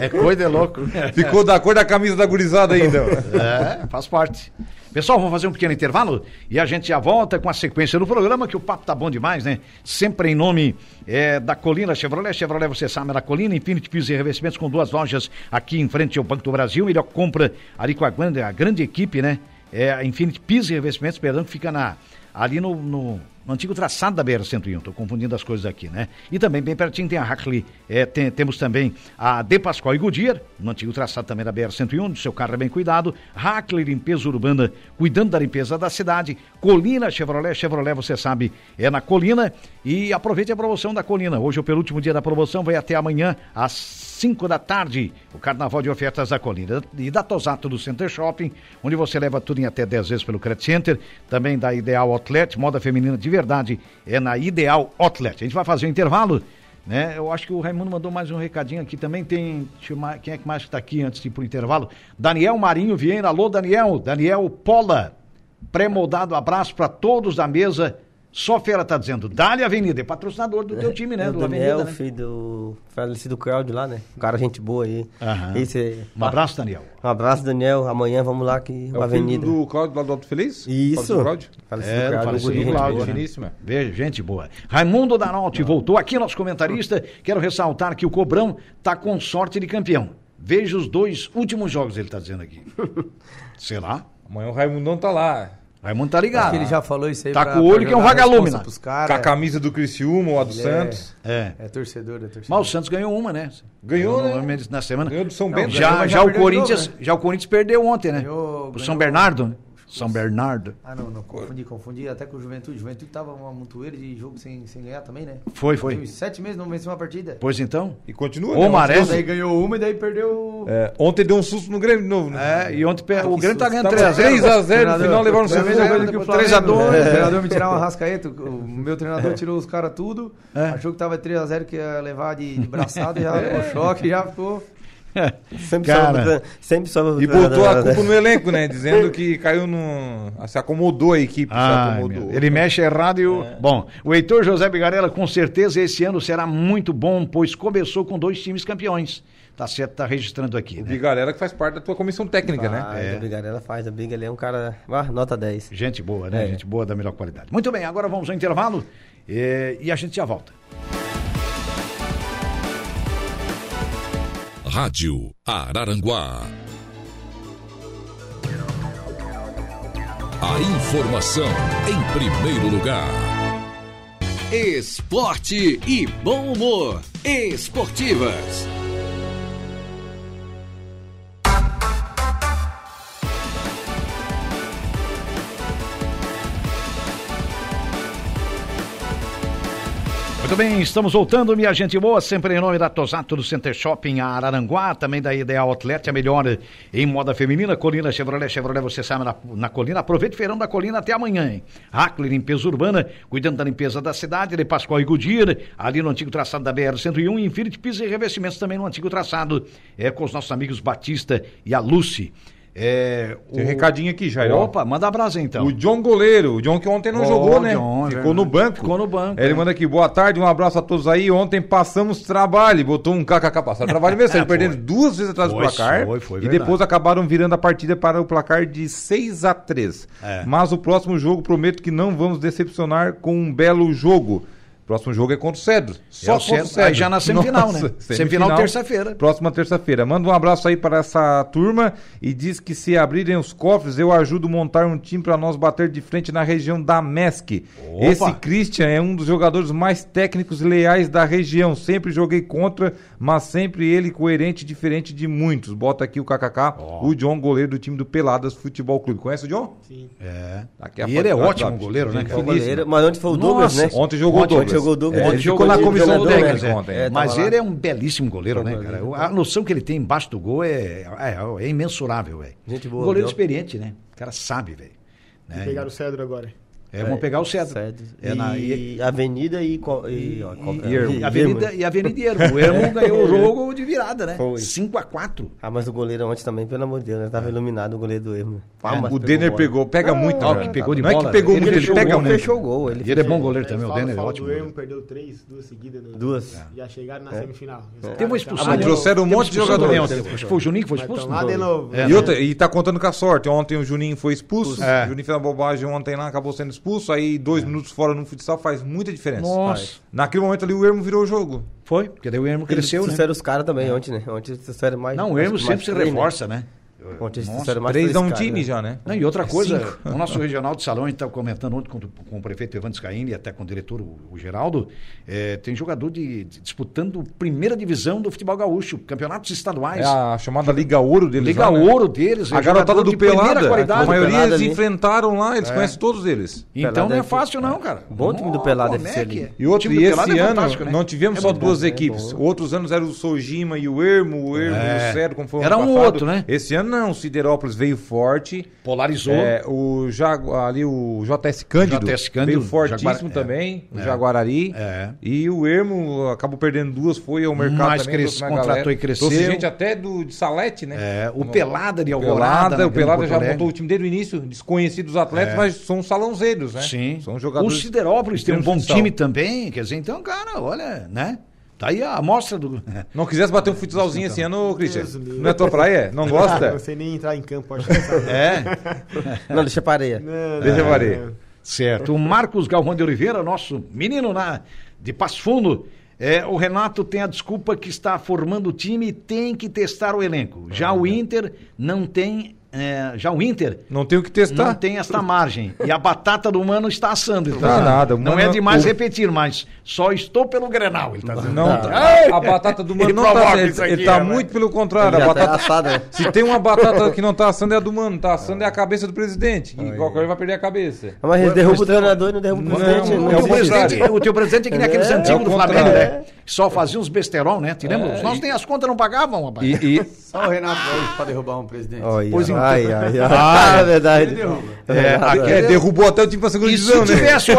Speaker 6: É coisa é louco.
Speaker 3: Ficou da cor da camisa da gurizada então. ainda.
Speaker 4: É, faz parte. Pessoal, vamos fazer um pequeno intervalo e a gente já volta com a sequência do programa, que o papo tá bom demais, né? Sempre em nome eh, da Colina Chevrolet. Chevrolet, você sabe, é da Colina, Infinity Pisos e Revestimentos, com duas lojas aqui em frente ao Banco do Brasil. Melhor compra ali com a grande, a grande equipe, né? É, a Infinity Pisos e Revestimentos, perdão, que fica na, ali no, no- no antigo traçado da BR-101, estou confundindo as coisas aqui, né? E também bem pertinho tem a Hackley, eh, tem- temos também a De Pascoal e Goodyear, no antigo traçado também da BR-101, onde seu carro é bem cuidado, Hackley Limpeza Urbana, cuidando da limpeza da cidade, Colina Chevrolet, Chevrolet você sabe, é na Colina, e aproveite a promoção da Colina, hoje é o penúltimo dia da promoção, vai até amanhã às 5 da tarde, o Carnaval de Ofertas da Colina e da Tosato do Center Shopping, onde você leva tudo em até 10 vezes pelo Credit Center, também da Ideal Outlet, moda feminina de verdade, é na Ideal Outlet. A gente vai fazer um intervalo, né? Eu acho que o Raimundo mandou mais um recadinho aqui também, tem, deixa eu ma- quem é que mais está aqui antes de ir pro intervalo? Daniel Marinho Vieira, alô Daniel, Daniel Pola, pré-moldado abraço para todos da mesa Só Fera tá dizendo, Dali Avenida, é patrocinador do teu time, né?
Speaker 5: É o
Speaker 4: do
Speaker 5: Daniel,
Speaker 4: Avenida, né?
Speaker 5: filho do falecido Claudio lá, né? Um cara, gente boa aí.
Speaker 4: Aham.
Speaker 5: Isso aí.
Speaker 4: Um abraço, Daniel.
Speaker 5: Um abraço, Daniel. Amanhã vamos lá que
Speaker 3: É
Speaker 5: o
Speaker 3: o filho
Speaker 5: Avenida.
Speaker 3: do Cláudio lá do Alto Feliz?
Speaker 5: Isso.
Speaker 3: Fala do Cláudio?
Speaker 5: Falecido
Speaker 4: É,
Speaker 5: Cláudio,
Speaker 4: falecido
Speaker 5: gente boa,
Speaker 3: Cláudio,
Speaker 5: né?
Speaker 3: finíssimo. é.
Speaker 4: Veja, gente boa. Raimundo Danalti voltou aqui, nosso comentarista. Quero ressaltar que o Cobrão tá com sorte de campeão. Veja os dois últimos jogos, ele tá dizendo aqui. Sei lá.
Speaker 3: Amanhã o Raimundão tá lá.
Speaker 4: Raimundo tá
Speaker 2: Acho
Speaker 4: ligado.
Speaker 2: que ele já falou isso aí.
Speaker 4: Tá
Speaker 2: pra-
Speaker 4: com o
Speaker 2: pra
Speaker 4: olho que é um
Speaker 2: jogar a
Speaker 4: vagalume,
Speaker 2: responsa
Speaker 4: né?
Speaker 2: pros
Speaker 3: Com a
Speaker 2: cara.
Speaker 3: camisa do Criciúma ou a do
Speaker 2: Ele é-
Speaker 3: Santos.
Speaker 4: É.
Speaker 2: É torcedor, é torcedor.
Speaker 4: Mas o Santos ganhou uma, né?
Speaker 3: Ganhou,
Speaker 4: Ganhou
Speaker 3: né?
Speaker 4: no- na semana.
Speaker 3: Ganhou do São
Speaker 4: Não,
Speaker 3: Bento.
Speaker 4: Já,
Speaker 2: Ganhou, mas
Speaker 4: já,
Speaker 2: já
Speaker 4: o
Speaker 2: perdeu,
Speaker 4: Corinthians,
Speaker 2: né?
Speaker 4: já o Corinthians perdeu ontem, né?
Speaker 2: Ganhou-
Speaker 4: o São
Speaker 2: ganhou.
Speaker 4: Bernardo. né? São Bernardo.
Speaker 2: Ah, não, não, confundi, confundi até com o Juventude. Juventude tava uma montoeira de jogo sem, sem ganhar também, né?
Speaker 4: Foi, foi.
Speaker 2: Teve Sete meses não venceu uma partida. Então,
Speaker 4: Pois então.
Speaker 3: E continua.
Speaker 4: Ô,
Speaker 3: né?
Speaker 4: Maré.
Speaker 2: Daí ganhou uma e daí perdeu.
Speaker 3: É, ontem deu um susto no Grêmio de novo, né?
Speaker 4: É, e ontem pe- o Grêmio tá ganhando
Speaker 3: Tava
Speaker 4: 3x0.
Speaker 3: 3x0, no final levaram o
Speaker 2: Foi a
Speaker 3: São
Speaker 2: mesma coisa que o
Speaker 3: Paulo.
Speaker 2: Flamengo.
Speaker 3: 3x2.
Speaker 4: É.
Speaker 2: O treinador me tirava uma rascaeta. O meu treinador tirou os caras tudo.
Speaker 4: É.
Speaker 2: Achou que tava 3x0 que ia levar de, de braçada. Já levou
Speaker 4: É.
Speaker 2: choque, já ficou.
Speaker 5: Sempre
Speaker 4: Cara.
Speaker 5: sobra pro tre- sempre sobra pro
Speaker 3: E botou a
Speaker 5: treinador, né?
Speaker 3: culpa no elenco, né? Dizendo que caiu no. Se acomodou a equipe, se
Speaker 4: Ah,
Speaker 3: acomodou.
Speaker 4: meu, ele mexe errado e o. Bom, o Heitor José Bigarella, com certeza, esse ano será muito bom, pois começou com dois times campeões. Tá certo, tá registrando aqui.
Speaker 3: O
Speaker 4: Né?
Speaker 3: Bigarella que faz parte da tua comissão técnica, né?
Speaker 5: Faz,
Speaker 4: É.
Speaker 5: O Brigarela Ah, faz. A Briga ali é um cara. Ah, nota 10.
Speaker 4: Gente boa, né? Gente boa da melhor qualidade. Muito bem, agora vamos ao intervalo eh, e a gente já volta.
Speaker 7: Rádio Araranguá. A informação em primeiro lugar.
Speaker 8: Esporte e bom humor. Esportivas.
Speaker 4: Muito bem, estamos voltando, minha gente boa, sempre em nome da Tosato do Center Shopping Araranguá, também da Ideal Outlet, a melhor em moda feminina, Colina Chevrolet, Chevrolet, você sabe, na, na Colina, aproveite o feirão da Colina até amanhã, hein? Acre Limpeza Urbana, cuidando da limpeza da cidade, de Pascoal e Goodyear, ali no antigo traçado da BR-101, e um, Infinity Pisa e Revestimentos também no antigo traçado, é com os nossos amigos Batista e a Lucy. É,
Speaker 3: Tem
Speaker 4: o-
Speaker 3: um recadinho aqui, Jair. ó.
Speaker 4: Opa, manda abraço aí, então.
Speaker 3: O John Goleiro, o John que ontem não
Speaker 4: Ó,
Speaker 3: jogou, né?
Speaker 4: John, é
Speaker 3: Ficou no
Speaker 4: verdade.
Speaker 3: banco.
Speaker 4: Ficou no banco,
Speaker 3: Ele
Speaker 4: é.
Speaker 3: manda aqui, boa tarde, um abraço a todos aí. Ontem passamos trabalho, botou um kkk, passaram trabalho mesmo,
Speaker 4: É,
Speaker 3: saiu perdendo
Speaker 4: foi.
Speaker 3: duas vezes atrás
Speaker 4: Foi,
Speaker 3: do placar.
Speaker 4: foi, foi,
Speaker 3: e
Speaker 4: verdade.
Speaker 3: depois acabaram virando a partida para o placar de 6 a 3
Speaker 4: É.
Speaker 3: Mas o próximo jogo, prometo que não vamos decepcionar com um belo jogo. Próximo jogo é contra o Cedro. Só
Speaker 4: o
Speaker 3: contra
Speaker 4: Cedro. Aí já na semifinal, né? Semifinal terça-feira.
Speaker 3: Próxima terça-feira. Manda um abraço aí para essa turma e diz que se abrirem os cofres, eu ajudo a montar um time para nós bater de frente na região da MESC.
Speaker 4: Opa!
Speaker 3: Esse Christian é um dos jogadores mais técnicos e leais da região. Sempre joguei contra, mas sempre ele coerente, diferente de muitos. Bota aqui o KKK, o John, goleiro do time do Peladas Futebol Clube. Conhece o John?
Speaker 1: Sim.
Speaker 4: É.
Speaker 3: Aqui é a
Speaker 4: e ele é
Speaker 3: foto-
Speaker 4: ótimo goleiro, né?
Speaker 3: Sim,
Speaker 4: cara?
Speaker 3: finíssimo.
Speaker 5: Goleiro, Mas onde foi o Douglas,
Speaker 4: Nossa,
Speaker 5: né?
Speaker 3: Ontem jogou o
Speaker 5: Ontem
Speaker 3: Douglas.
Speaker 5: jogou o
Speaker 3: É,
Speaker 5: Douglas.
Speaker 3: ele
Speaker 5: Ontem
Speaker 3: ficou
Speaker 5: jogou
Speaker 3: na
Speaker 5: de
Speaker 3: comissão
Speaker 5: jogador,
Speaker 3: técnica
Speaker 5: né?
Speaker 3: ontem.
Speaker 5: É, tava
Speaker 4: Mas
Speaker 5: lá.
Speaker 4: ele é um belíssimo goleiro, né, cara? A noção que ele tem embaixo do gol é, é, é imensurável, velho.
Speaker 5: Gente boa,
Speaker 4: Goleiro
Speaker 5: viu?
Speaker 4: experiente, né? O cara sabe, velho. Né?
Speaker 1: Pegaram o Cedro agora.
Speaker 4: É, vamos pegar o Cedro.
Speaker 5: Cedro.
Speaker 4: É na, e,
Speaker 5: e, Avenida e. Co- e, ó, qual que é?
Speaker 3: Irmo.
Speaker 5: E-
Speaker 4: e Avenida, e Avenida e Ermo. O Ermo ganhou o jogo de virada, né?
Speaker 3: Foi.
Speaker 4: 5x4.
Speaker 5: Ah, mas o goleiro ontem também, pelo amor de Deus, né? Tava
Speaker 4: É.
Speaker 5: iluminado o goleiro do Ermo.
Speaker 3: o Denner pegou, pega muito.
Speaker 4: ó,
Speaker 3: cara.
Speaker 4: que pegou de
Speaker 3: Não é
Speaker 4: bola.
Speaker 3: que pegou
Speaker 4: Ele
Speaker 3: muito, ele
Speaker 4: fechou o
Speaker 3: pega
Speaker 4: gol, né?
Speaker 3: muito.
Speaker 5: Fechou o gol. Ele
Speaker 4: E ele é bom goleiro
Speaker 1: É,
Speaker 4: também, o
Speaker 1: fala-
Speaker 4: Denner é
Speaker 1: fala
Speaker 4: ótimo.
Speaker 1: Do Ermo
Speaker 4: goleiro.
Speaker 1: perdeu três, duas seguidas. né?
Speaker 5: Duas.
Speaker 4: É.
Speaker 1: Já chegaram na semifinal. Os caras
Speaker 4: Teve É. uma
Speaker 1: já-
Speaker 4: expulsão.
Speaker 1: Ah,
Speaker 3: de trouxeram um monte de
Speaker 4: Expulsão
Speaker 3: jogadores.
Speaker 4: também, ó. Acho que Foi o Juninho que foi
Speaker 1: mas tão
Speaker 4: expulso?
Speaker 1: lá de novo.
Speaker 3: E, outra, e tá contando com a sorte. Ontem o Juninho foi expulso.
Speaker 4: né? É.
Speaker 3: O Juninho fez uma bobagem ontem lá, acabou sendo expulso. Aí dois minutos fora no futsal faz muita diferença.
Speaker 4: Nossa.
Speaker 3: Naquele momento ali o Ermo virou o jogo.
Speaker 4: Foi, porque daí o Ermo
Speaker 5: Eles
Speaker 4: cresceu, né?
Speaker 5: trouxeram os caras também ontem, né? Ontem eles trouxeram mais.
Speaker 4: Não, o
Speaker 5: acho
Speaker 4: Ermo
Speaker 5: que
Speaker 4: sempre
Speaker 5: mais
Speaker 4: se
Speaker 5: três, né?
Speaker 4: reforça, né?
Speaker 5: Ontem eles
Speaker 4: Nossa,
Speaker 5: trouxeram mais
Speaker 3: Três
Speaker 5: três
Speaker 3: dá um
Speaker 5: caras,
Speaker 3: time
Speaker 5: né?
Speaker 3: já, né?
Speaker 4: Não, e outra coisa, o nosso regional de salão, a gente estava comentando ontem com, com o prefeito Evandro Scaini e até com o diretor, o, o Geraldo, eh, tem jogador de, de- disputando primeira divisão do futebol gaúcho, campeonatos estaduais.
Speaker 3: É a chamada Liga Ouro deles.
Speaker 4: Liga
Speaker 3: lá, né?
Speaker 4: Ouro deles. é
Speaker 3: A garotada
Speaker 4: jogador
Speaker 3: do
Speaker 4: de primeira
Speaker 3: Pelada.
Speaker 4: qualidade. É.
Speaker 3: A maioria
Speaker 5: Pelada
Speaker 3: eles
Speaker 5: ali.
Speaker 3: enfrentaram lá, eles conhecem todos eles.
Speaker 4: Então
Speaker 5: Pelada
Speaker 4: não é
Speaker 5: é que-
Speaker 4: fácil não, cara.
Speaker 5: Bom time do
Speaker 4: Ó,
Speaker 5: Pelada
Speaker 4: como é
Speaker 5: FC ali.
Speaker 4: que é?
Speaker 3: E, outro,
Speaker 4: O time do
Speaker 3: e
Speaker 4: Pelada
Speaker 3: esse
Speaker 4: é
Speaker 3: ano
Speaker 4: fantástico, né?
Speaker 3: não tivemos
Speaker 4: É
Speaker 3: só
Speaker 4: muito bom.
Speaker 3: duas equipes. Outros anos era o Sojima e o Ermo, o Ermo e o Cedro, como foi o
Speaker 4: Era
Speaker 3: ano
Speaker 4: um
Speaker 3: passado.
Speaker 4: outro, né?
Speaker 3: Esse ano Não, Siderópolis veio forte.
Speaker 4: Polarizou.
Speaker 3: É, o Jagu... ali o JS Cândido,
Speaker 4: JS Cândido,
Speaker 3: veio fortíssimo
Speaker 4: Jaguar- é,
Speaker 3: também, o
Speaker 4: é.
Speaker 3: Jaguarari.
Speaker 4: É.
Speaker 3: E o Ermo acabou perdendo duas, foi ao mercado
Speaker 4: Mas
Speaker 3: também.
Speaker 4: cres-
Speaker 3: trouxe uma
Speaker 4: contratou
Speaker 3: galera.
Speaker 4: e cresceu.
Speaker 3: Trouxe gente até do, de Salete, né?
Speaker 4: É, o
Speaker 3: No-
Speaker 4: Pelada de Alvorada.
Speaker 3: Pelada,
Speaker 4: né,
Speaker 3: o Pelada
Speaker 4: Porto
Speaker 3: já
Speaker 4: Alegre. É.
Speaker 3: montou o time desde o início, desconhecidos atletas, mas são salãozeiros, né?
Speaker 4: Sim.
Speaker 3: São jogadores.
Speaker 4: O Siderópolis tem um bom
Speaker 3: de futsal.
Speaker 4: time também, quer dizer, então, cara, olha, né? Tá aí a amostra do.
Speaker 3: Não quisesse bater um futsalzinho esse
Speaker 4: então.
Speaker 3: ano, Christian?
Speaker 1: Deus livre.
Speaker 3: Não é tua praia? Não
Speaker 1: Ah, Não
Speaker 3: gosta?
Speaker 1: sei nem entrar em campo, acho que sabe.
Speaker 4: É,
Speaker 5: Não, deixa pra areia.
Speaker 1: Não,
Speaker 3: Deixa eu
Speaker 1: não,
Speaker 3: valer.
Speaker 1: não.
Speaker 4: certo. O Marcos Galvão de Oliveira, nosso menino na, de Passo Fundo. É, o Renato tem a desculpa que está formando o time e tem que testar o elenco. Já o Inter não tem. é, já o Inter
Speaker 3: Não tem o que testar.
Speaker 4: não tem esta margem. E a batata do Mano está assando. Ele tá
Speaker 3: Não
Speaker 4: dizendo.
Speaker 3: nada, o
Speaker 4: Não
Speaker 3: Mano-
Speaker 4: é demais
Speaker 3: o-
Speaker 4: repetir, mas só estou pelo Grenal. Ele tá dizendo.
Speaker 3: Não, a, a batata do mano não tá. Ele, ele
Speaker 4: né?
Speaker 3: tá muito pelo contrário.
Speaker 5: Já
Speaker 3: A
Speaker 5: tá
Speaker 3: batata,
Speaker 5: assada, né?
Speaker 3: se tem uma batata que não tá assando, é a do mano. Tá assando é
Speaker 4: Ah.
Speaker 3: a cabeça do presidente. Que qualquer um vai perder a cabeça.
Speaker 5: Mas eles derrubam o treinador e não derrubam o
Speaker 3: Não,
Speaker 5: presidente.
Speaker 3: não
Speaker 5: Não,
Speaker 4: O teu
Speaker 3: é o
Speaker 5: existe.
Speaker 3: contrário.
Speaker 4: presidente- o teu presidente é que nem aqueles
Speaker 5: É,
Speaker 4: antigos
Speaker 3: é o
Speaker 4: do
Speaker 3: contrário. É.
Speaker 4: Flamengo, né? Que só faziam os besterol, né? Te lembra? Nós nem as contas não pagavam, rapaz.
Speaker 3: E, e-
Speaker 2: Só o Renato Gaúcho pra derrubar um presidente.
Speaker 5: Pois então. Ai, ai, ai. Ah, é verdade.
Speaker 4: É, aquele-
Speaker 3: é, derrubou até o time pra segunda
Speaker 4: E se
Speaker 3: divisão, né?
Speaker 4: tivesse o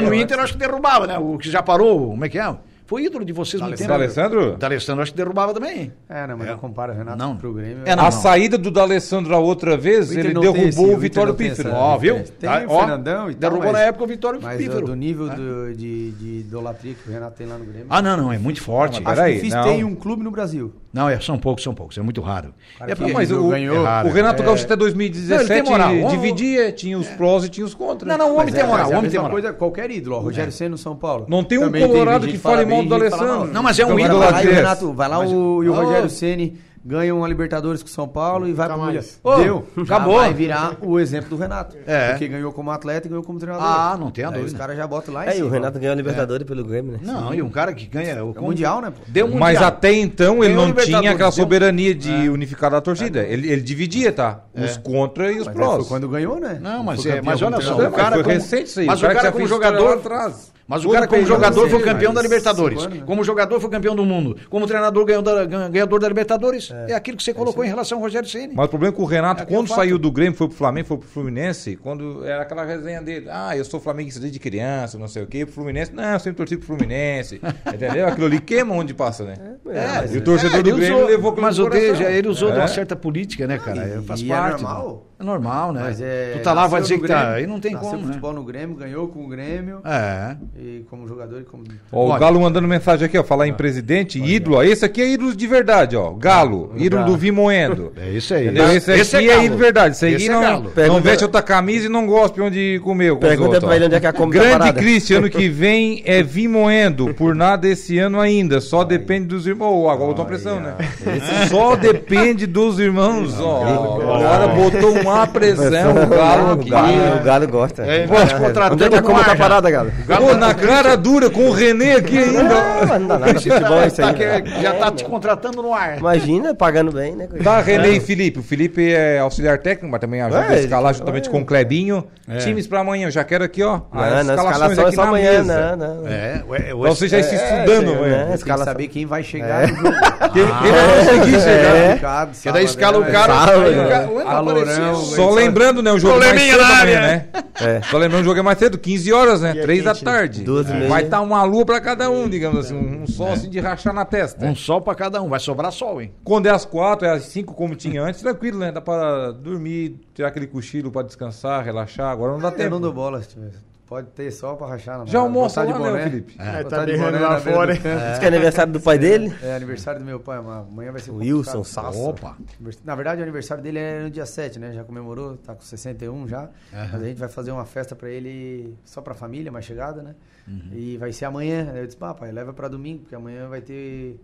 Speaker 4: no Inter, acho que derrubava, né? O que já parou, como é que é? Foi ídolo de vocês
Speaker 3: Tá
Speaker 4: no Inter. né?
Speaker 3: D'Alessandro?
Speaker 4: D'Alessandro, acho que derrubava também. hein?
Speaker 2: É, não, mas não compara o Renato
Speaker 4: Não.
Speaker 2: pro Grêmio.
Speaker 4: É, não,
Speaker 3: A
Speaker 4: não.
Speaker 3: saída do D'Alessandro a outra vez,
Speaker 2: O Inter
Speaker 3: ele
Speaker 2: não tem esse-
Speaker 3: derrubou o
Speaker 2: Inter
Speaker 3: Vitório
Speaker 2: não tem essa
Speaker 3: Pífero.
Speaker 4: Ó, viu?
Speaker 2: diferença.
Speaker 4: Tá,
Speaker 2: Tem
Speaker 4: ó,
Speaker 2: o Fernandão e tal,
Speaker 4: derrubou
Speaker 2: mas-
Speaker 4: na época o Vitório
Speaker 2: Mas
Speaker 4: Pífero. É.
Speaker 2: ó, do nível do- de, de idolatria que o Renato tem lá no Grêmio.
Speaker 4: Ah, não, não, é muito forte.
Speaker 3: mas-
Speaker 2: acho
Speaker 3: peraí,
Speaker 2: que difícil
Speaker 3: não.
Speaker 2: ter um clube no Brasil.
Speaker 4: Não, é, são poucos, são poucos, é muito raro. É
Speaker 2: que
Speaker 4: porque-
Speaker 2: mas
Speaker 3: o,
Speaker 2: não ganhou. É.
Speaker 3: o Renato Gaúcho até 2017
Speaker 4: né? É. Não, ele tem moral.
Speaker 3: dividia, tinha os prós e tinha os contras. é,
Speaker 4: Não, não, o homem tem moral, o homem tem
Speaker 2: uma
Speaker 4: moral.
Speaker 2: é
Speaker 4: É.
Speaker 2: coisa, qualquer ídolo. Ó, Rogério Senna no São Paulo.
Speaker 3: Não tem um
Speaker 2: Também
Speaker 3: colorado
Speaker 2: gente
Speaker 3: que fale
Speaker 2: fala
Speaker 3: mal
Speaker 2: bem,
Speaker 3: do
Speaker 2: gente fala
Speaker 3: Alessandro.
Speaker 2: mal.
Speaker 4: Não, mas é um
Speaker 2: Agora
Speaker 4: ídolo.
Speaker 2: Vai lá, e o
Speaker 3: Yes.
Speaker 2: Renato, vai lá o, e o
Speaker 4: Oh.
Speaker 2: Rogério Ceni ganha uma Libertadores com o São Paulo e vai pro Milha.
Speaker 1: mais.
Speaker 2: Deu. Já
Speaker 4: acabou.
Speaker 2: Vai virar o exemplo do Renato.
Speaker 4: É.
Speaker 2: Porque ganhou como atleta e ganhou como treinador.
Speaker 4: Ah, não tem a
Speaker 2: Aí
Speaker 4: dúvida.
Speaker 2: Os caras já botam lá em
Speaker 5: É, e o
Speaker 2: cima.
Speaker 5: Renato ganhou a Libertadores pelo Grêmio, né?
Speaker 4: Não, e um cara que ganha o
Speaker 2: É o Mundial, né? pô?
Speaker 4: Deu um
Speaker 3: Mas
Speaker 4: mundial.
Speaker 3: até então ele
Speaker 4: Ganhou
Speaker 3: não
Speaker 4: o Libertadores,
Speaker 3: tinha aquela
Speaker 4: deu-
Speaker 3: soberania de unificar a torcida. Ele, ele dividia, tá? Os contra e os
Speaker 2: Mas aí foi
Speaker 3: prós.
Speaker 2: quando ganhou, né?
Speaker 4: Não, mas,
Speaker 2: foi
Speaker 4: é,
Speaker 2: campeão
Speaker 4: mas
Speaker 2: como
Speaker 4: olha só,
Speaker 2: treinador.
Speaker 4: o cara
Speaker 3: Foi
Speaker 4: como,
Speaker 3: recente isso aí,
Speaker 4: mas
Speaker 3: o
Speaker 4: o
Speaker 3: cara que
Speaker 4: cara
Speaker 3: já
Speaker 4: como
Speaker 3: fez
Speaker 4: jogador
Speaker 3: história lá atrás.
Speaker 4: Mas o
Speaker 3: Todo
Speaker 4: cara como
Speaker 3: período,
Speaker 4: jogador
Speaker 3: mas
Speaker 4: foi
Speaker 3: ele-
Speaker 4: campeão da
Speaker 2: é assim, mas
Speaker 4: Libertadores.
Speaker 2: cinco anos, né?
Speaker 4: Como jogador foi campeão do mundo. Como treinador ganhou da- ganha- ganhador da Libertadores. É, aquilo que você colocou em relação ao Rogério Ceni.
Speaker 3: Mas o problema é que o Renato,
Speaker 4: É que é
Speaker 3: quando
Speaker 4: fato.
Speaker 3: saiu do Grêmio, foi pro Flamengo, foi pro Fluminense, quando era aquela resenha dele, ah, eu sou flamenguista desde criança, não sei o quê, pro Fluminense, não, eu sempre torci pro Fluminense, entendeu? Aquilo ali queima onde passa, né? É, e o torcedor
Speaker 4: É,
Speaker 3: do
Speaker 4: ele
Speaker 3: Grêmio
Speaker 4: usou-
Speaker 3: levou pelo
Speaker 4: Mas o
Speaker 3: coração.
Speaker 4: Deja, ele usou de uma
Speaker 3: É.
Speaker 4: certa política, né, cara? É, faz
Speaker 2: e é
Speaker 4: parte.
Speaker 2: normal.
Speaker 4: né? É normal, né?
Speaker 2: Mas é,
Speaker 4: tu tá lá, vai
Speaker 2: nasceu
Speaker 4: dizer
Speaker 2: no
Speaker 4: que tá.
Speaker 2: Grêmio,
Speaker 4: Aí não tem
Speaker 2: nasceu
Speaker 4: como, né?
Speaker 2: futebol no Grêmio, ganhou com o Grêmio.
Speaker 4: É.
Speaker 2: E como jogador e como...
Speaker 4: Então,
Speaker 3: Ó, o
Speaker 4: Olha.
Speaker 3: Galo mandando mensagem aqui, ó, falar em presidente, ídolo, ó, esse aqui é ídolo de verdade, ó, Galo, ídolo do Vimoendo.
Speaker 4: É isso aí.
Speaker 3: Entendeu? Esse, aqui é,
Speaker 4: galo.
Speaker 3: ídolo de verdade. Esse aqui
Speaker 4: Esse é
Speaker 3: não,
Speaker 4: galo.
Speaker 3: não
Speaker 5: Pergunta-
Speaker 3: veste outra camisa e não gospe onde comeu. com os
Speaker 5: Pergunta
Speaker 3: outros, ó.
Speaker 5: pra ele onde é que a Kombi tá
Speaker 3: Grande
Speaker 5: parada.
Speaker 3: Christian, ano que vem é Vimoendo. Por nada esse ano ainda. Só depende dos irmãos. Ó, Agora botou uma pressão, né? Só depende dos irmãos. Ó, agora botou uma pressão. O é um galo
Speaker 5: O
Speaker 3: aqui.
Speaker 5: Galo, o Galo gosta.
Speaker 4: É, nós
Speaker 5: Onde é que a
Speaker 4: contratamos
Speaker 5: Kombi tá
Speaker 4: Marra.
Speaker 5: parada, Galo?
Speaker 3: Pô, na cara dura com o René aqui ainda.
Speaker 5: Não, mas não dá nada. Futebol é isso aí.
Speaker 4: Tá que-
Speaker 5: cara.
Speaker 4: Já tá te contratando no ar.
Speaker 5: Imagina, pagando bem, né? coisa?
Speaker 3: Tá, René e Felipe. O Felipe é auxiliar técnico, mas também ajuda
Speaker 5: É,
Speaker 3: a escalar
Speaker 5: ele-
Speaker 3: juntamente com o Clebinho. Times pra amanhã. Eu já quero aqui, ó.
Speaker 5: Não, não, escalação é só amanhã, não, não.
Speaker 4: É, ué,
Speaker 3: Então
Speaker 4: hoje-
Speaker 3: você já está estudando,
Speaker 5: é,
Speaker 3: velho.
Speaker 5: né?
Speaker 2: Então, Tem que
Speaker 5: Escalação.
Speaker 2: saber é quem vai chegar no jogo.
Speaker 3: Quem quem vai conseguir chegar?
Speaker 5: É.
Speaker 2: Complicado,
Speaker 4: É. Porque
Speaker 2: sábado,
Speaker 4: daí escala
Speaker 2: né?
Speaker 4: o cara.
Speaker 5: Sábado,
Speaker 4: aí o
Speaker 5: né?
Speaker 4: cara- ué, não
Speaker 2: Calorão,
Speaker 4: apareceu.
Speaker 3: Só lembrando, né? O jogo é mais
Speaker 4: é, Probleminha
Speaker 3: cedo
Speaker 4: na
Speaker 3: amanhã,
Speaker 4: área.
Speaker 3: né? Só lembrando, o jogo é mais cedo, 15 horas, né?
Speaker 1: E é
Speaker 3: 3 da
Speaker 1: quente, né?
Speaker 3: tarde.
Speaker 5: Duas e meia.
Speaker 3: Vai estar uma lua pra cada um, digamos assim. Um um sol assim de rachar na testa.
Speaker 4: Um sol pra cada um, vai sobrar sol, hein?
Speaker 3: Quando é às 4, é às 5, como tinha antes, tranquilo, né? Dá pra dormir, tirar aquele cochilo pra descansar, relaxar. Agora não dá
Speaker 2: Eu É, não
Speaker 3: tempo.
Speaker 2: dou um bola, se tiver. Pode ter só pra rachar na
Speaker 3: Já
Speaker 2: mão.
Speaker 3: almoça
Speaker 2: Botar
Speaker 3: lá, né, Felipe?
Speaker 1: É,
Speaker 2: Botar
Speaker 1: tá
Speaker 2: de
Speaker 1: berrando
Speaker 2: boné
Speaker 1: lá
Speaker 2: na beira
Speaker 1: fora.
Speaker 2: do campo.
Speaker 5: Diz que é aniversário do pai dele.
Speaker 2: É aniversário do meu pai, mas amanhã vai ser
Speaker 5: Wilson,
Speaker 2: complicado.
Speaker 5: Sassa.
Speaker 4: Opa.
Speaker 2: Na verdade, o aniversário dele é no dia 7, né? Já comemorou, tá com 61 já. Mas a gente vai fazer uma festa pra ele, só pra família, mais chegada, né?
Speaker 4: Uhum.
Speaker 2: E vai ser amanhã. Aí Eu disse, papai, leva pra domingo, porque amanhã vai ter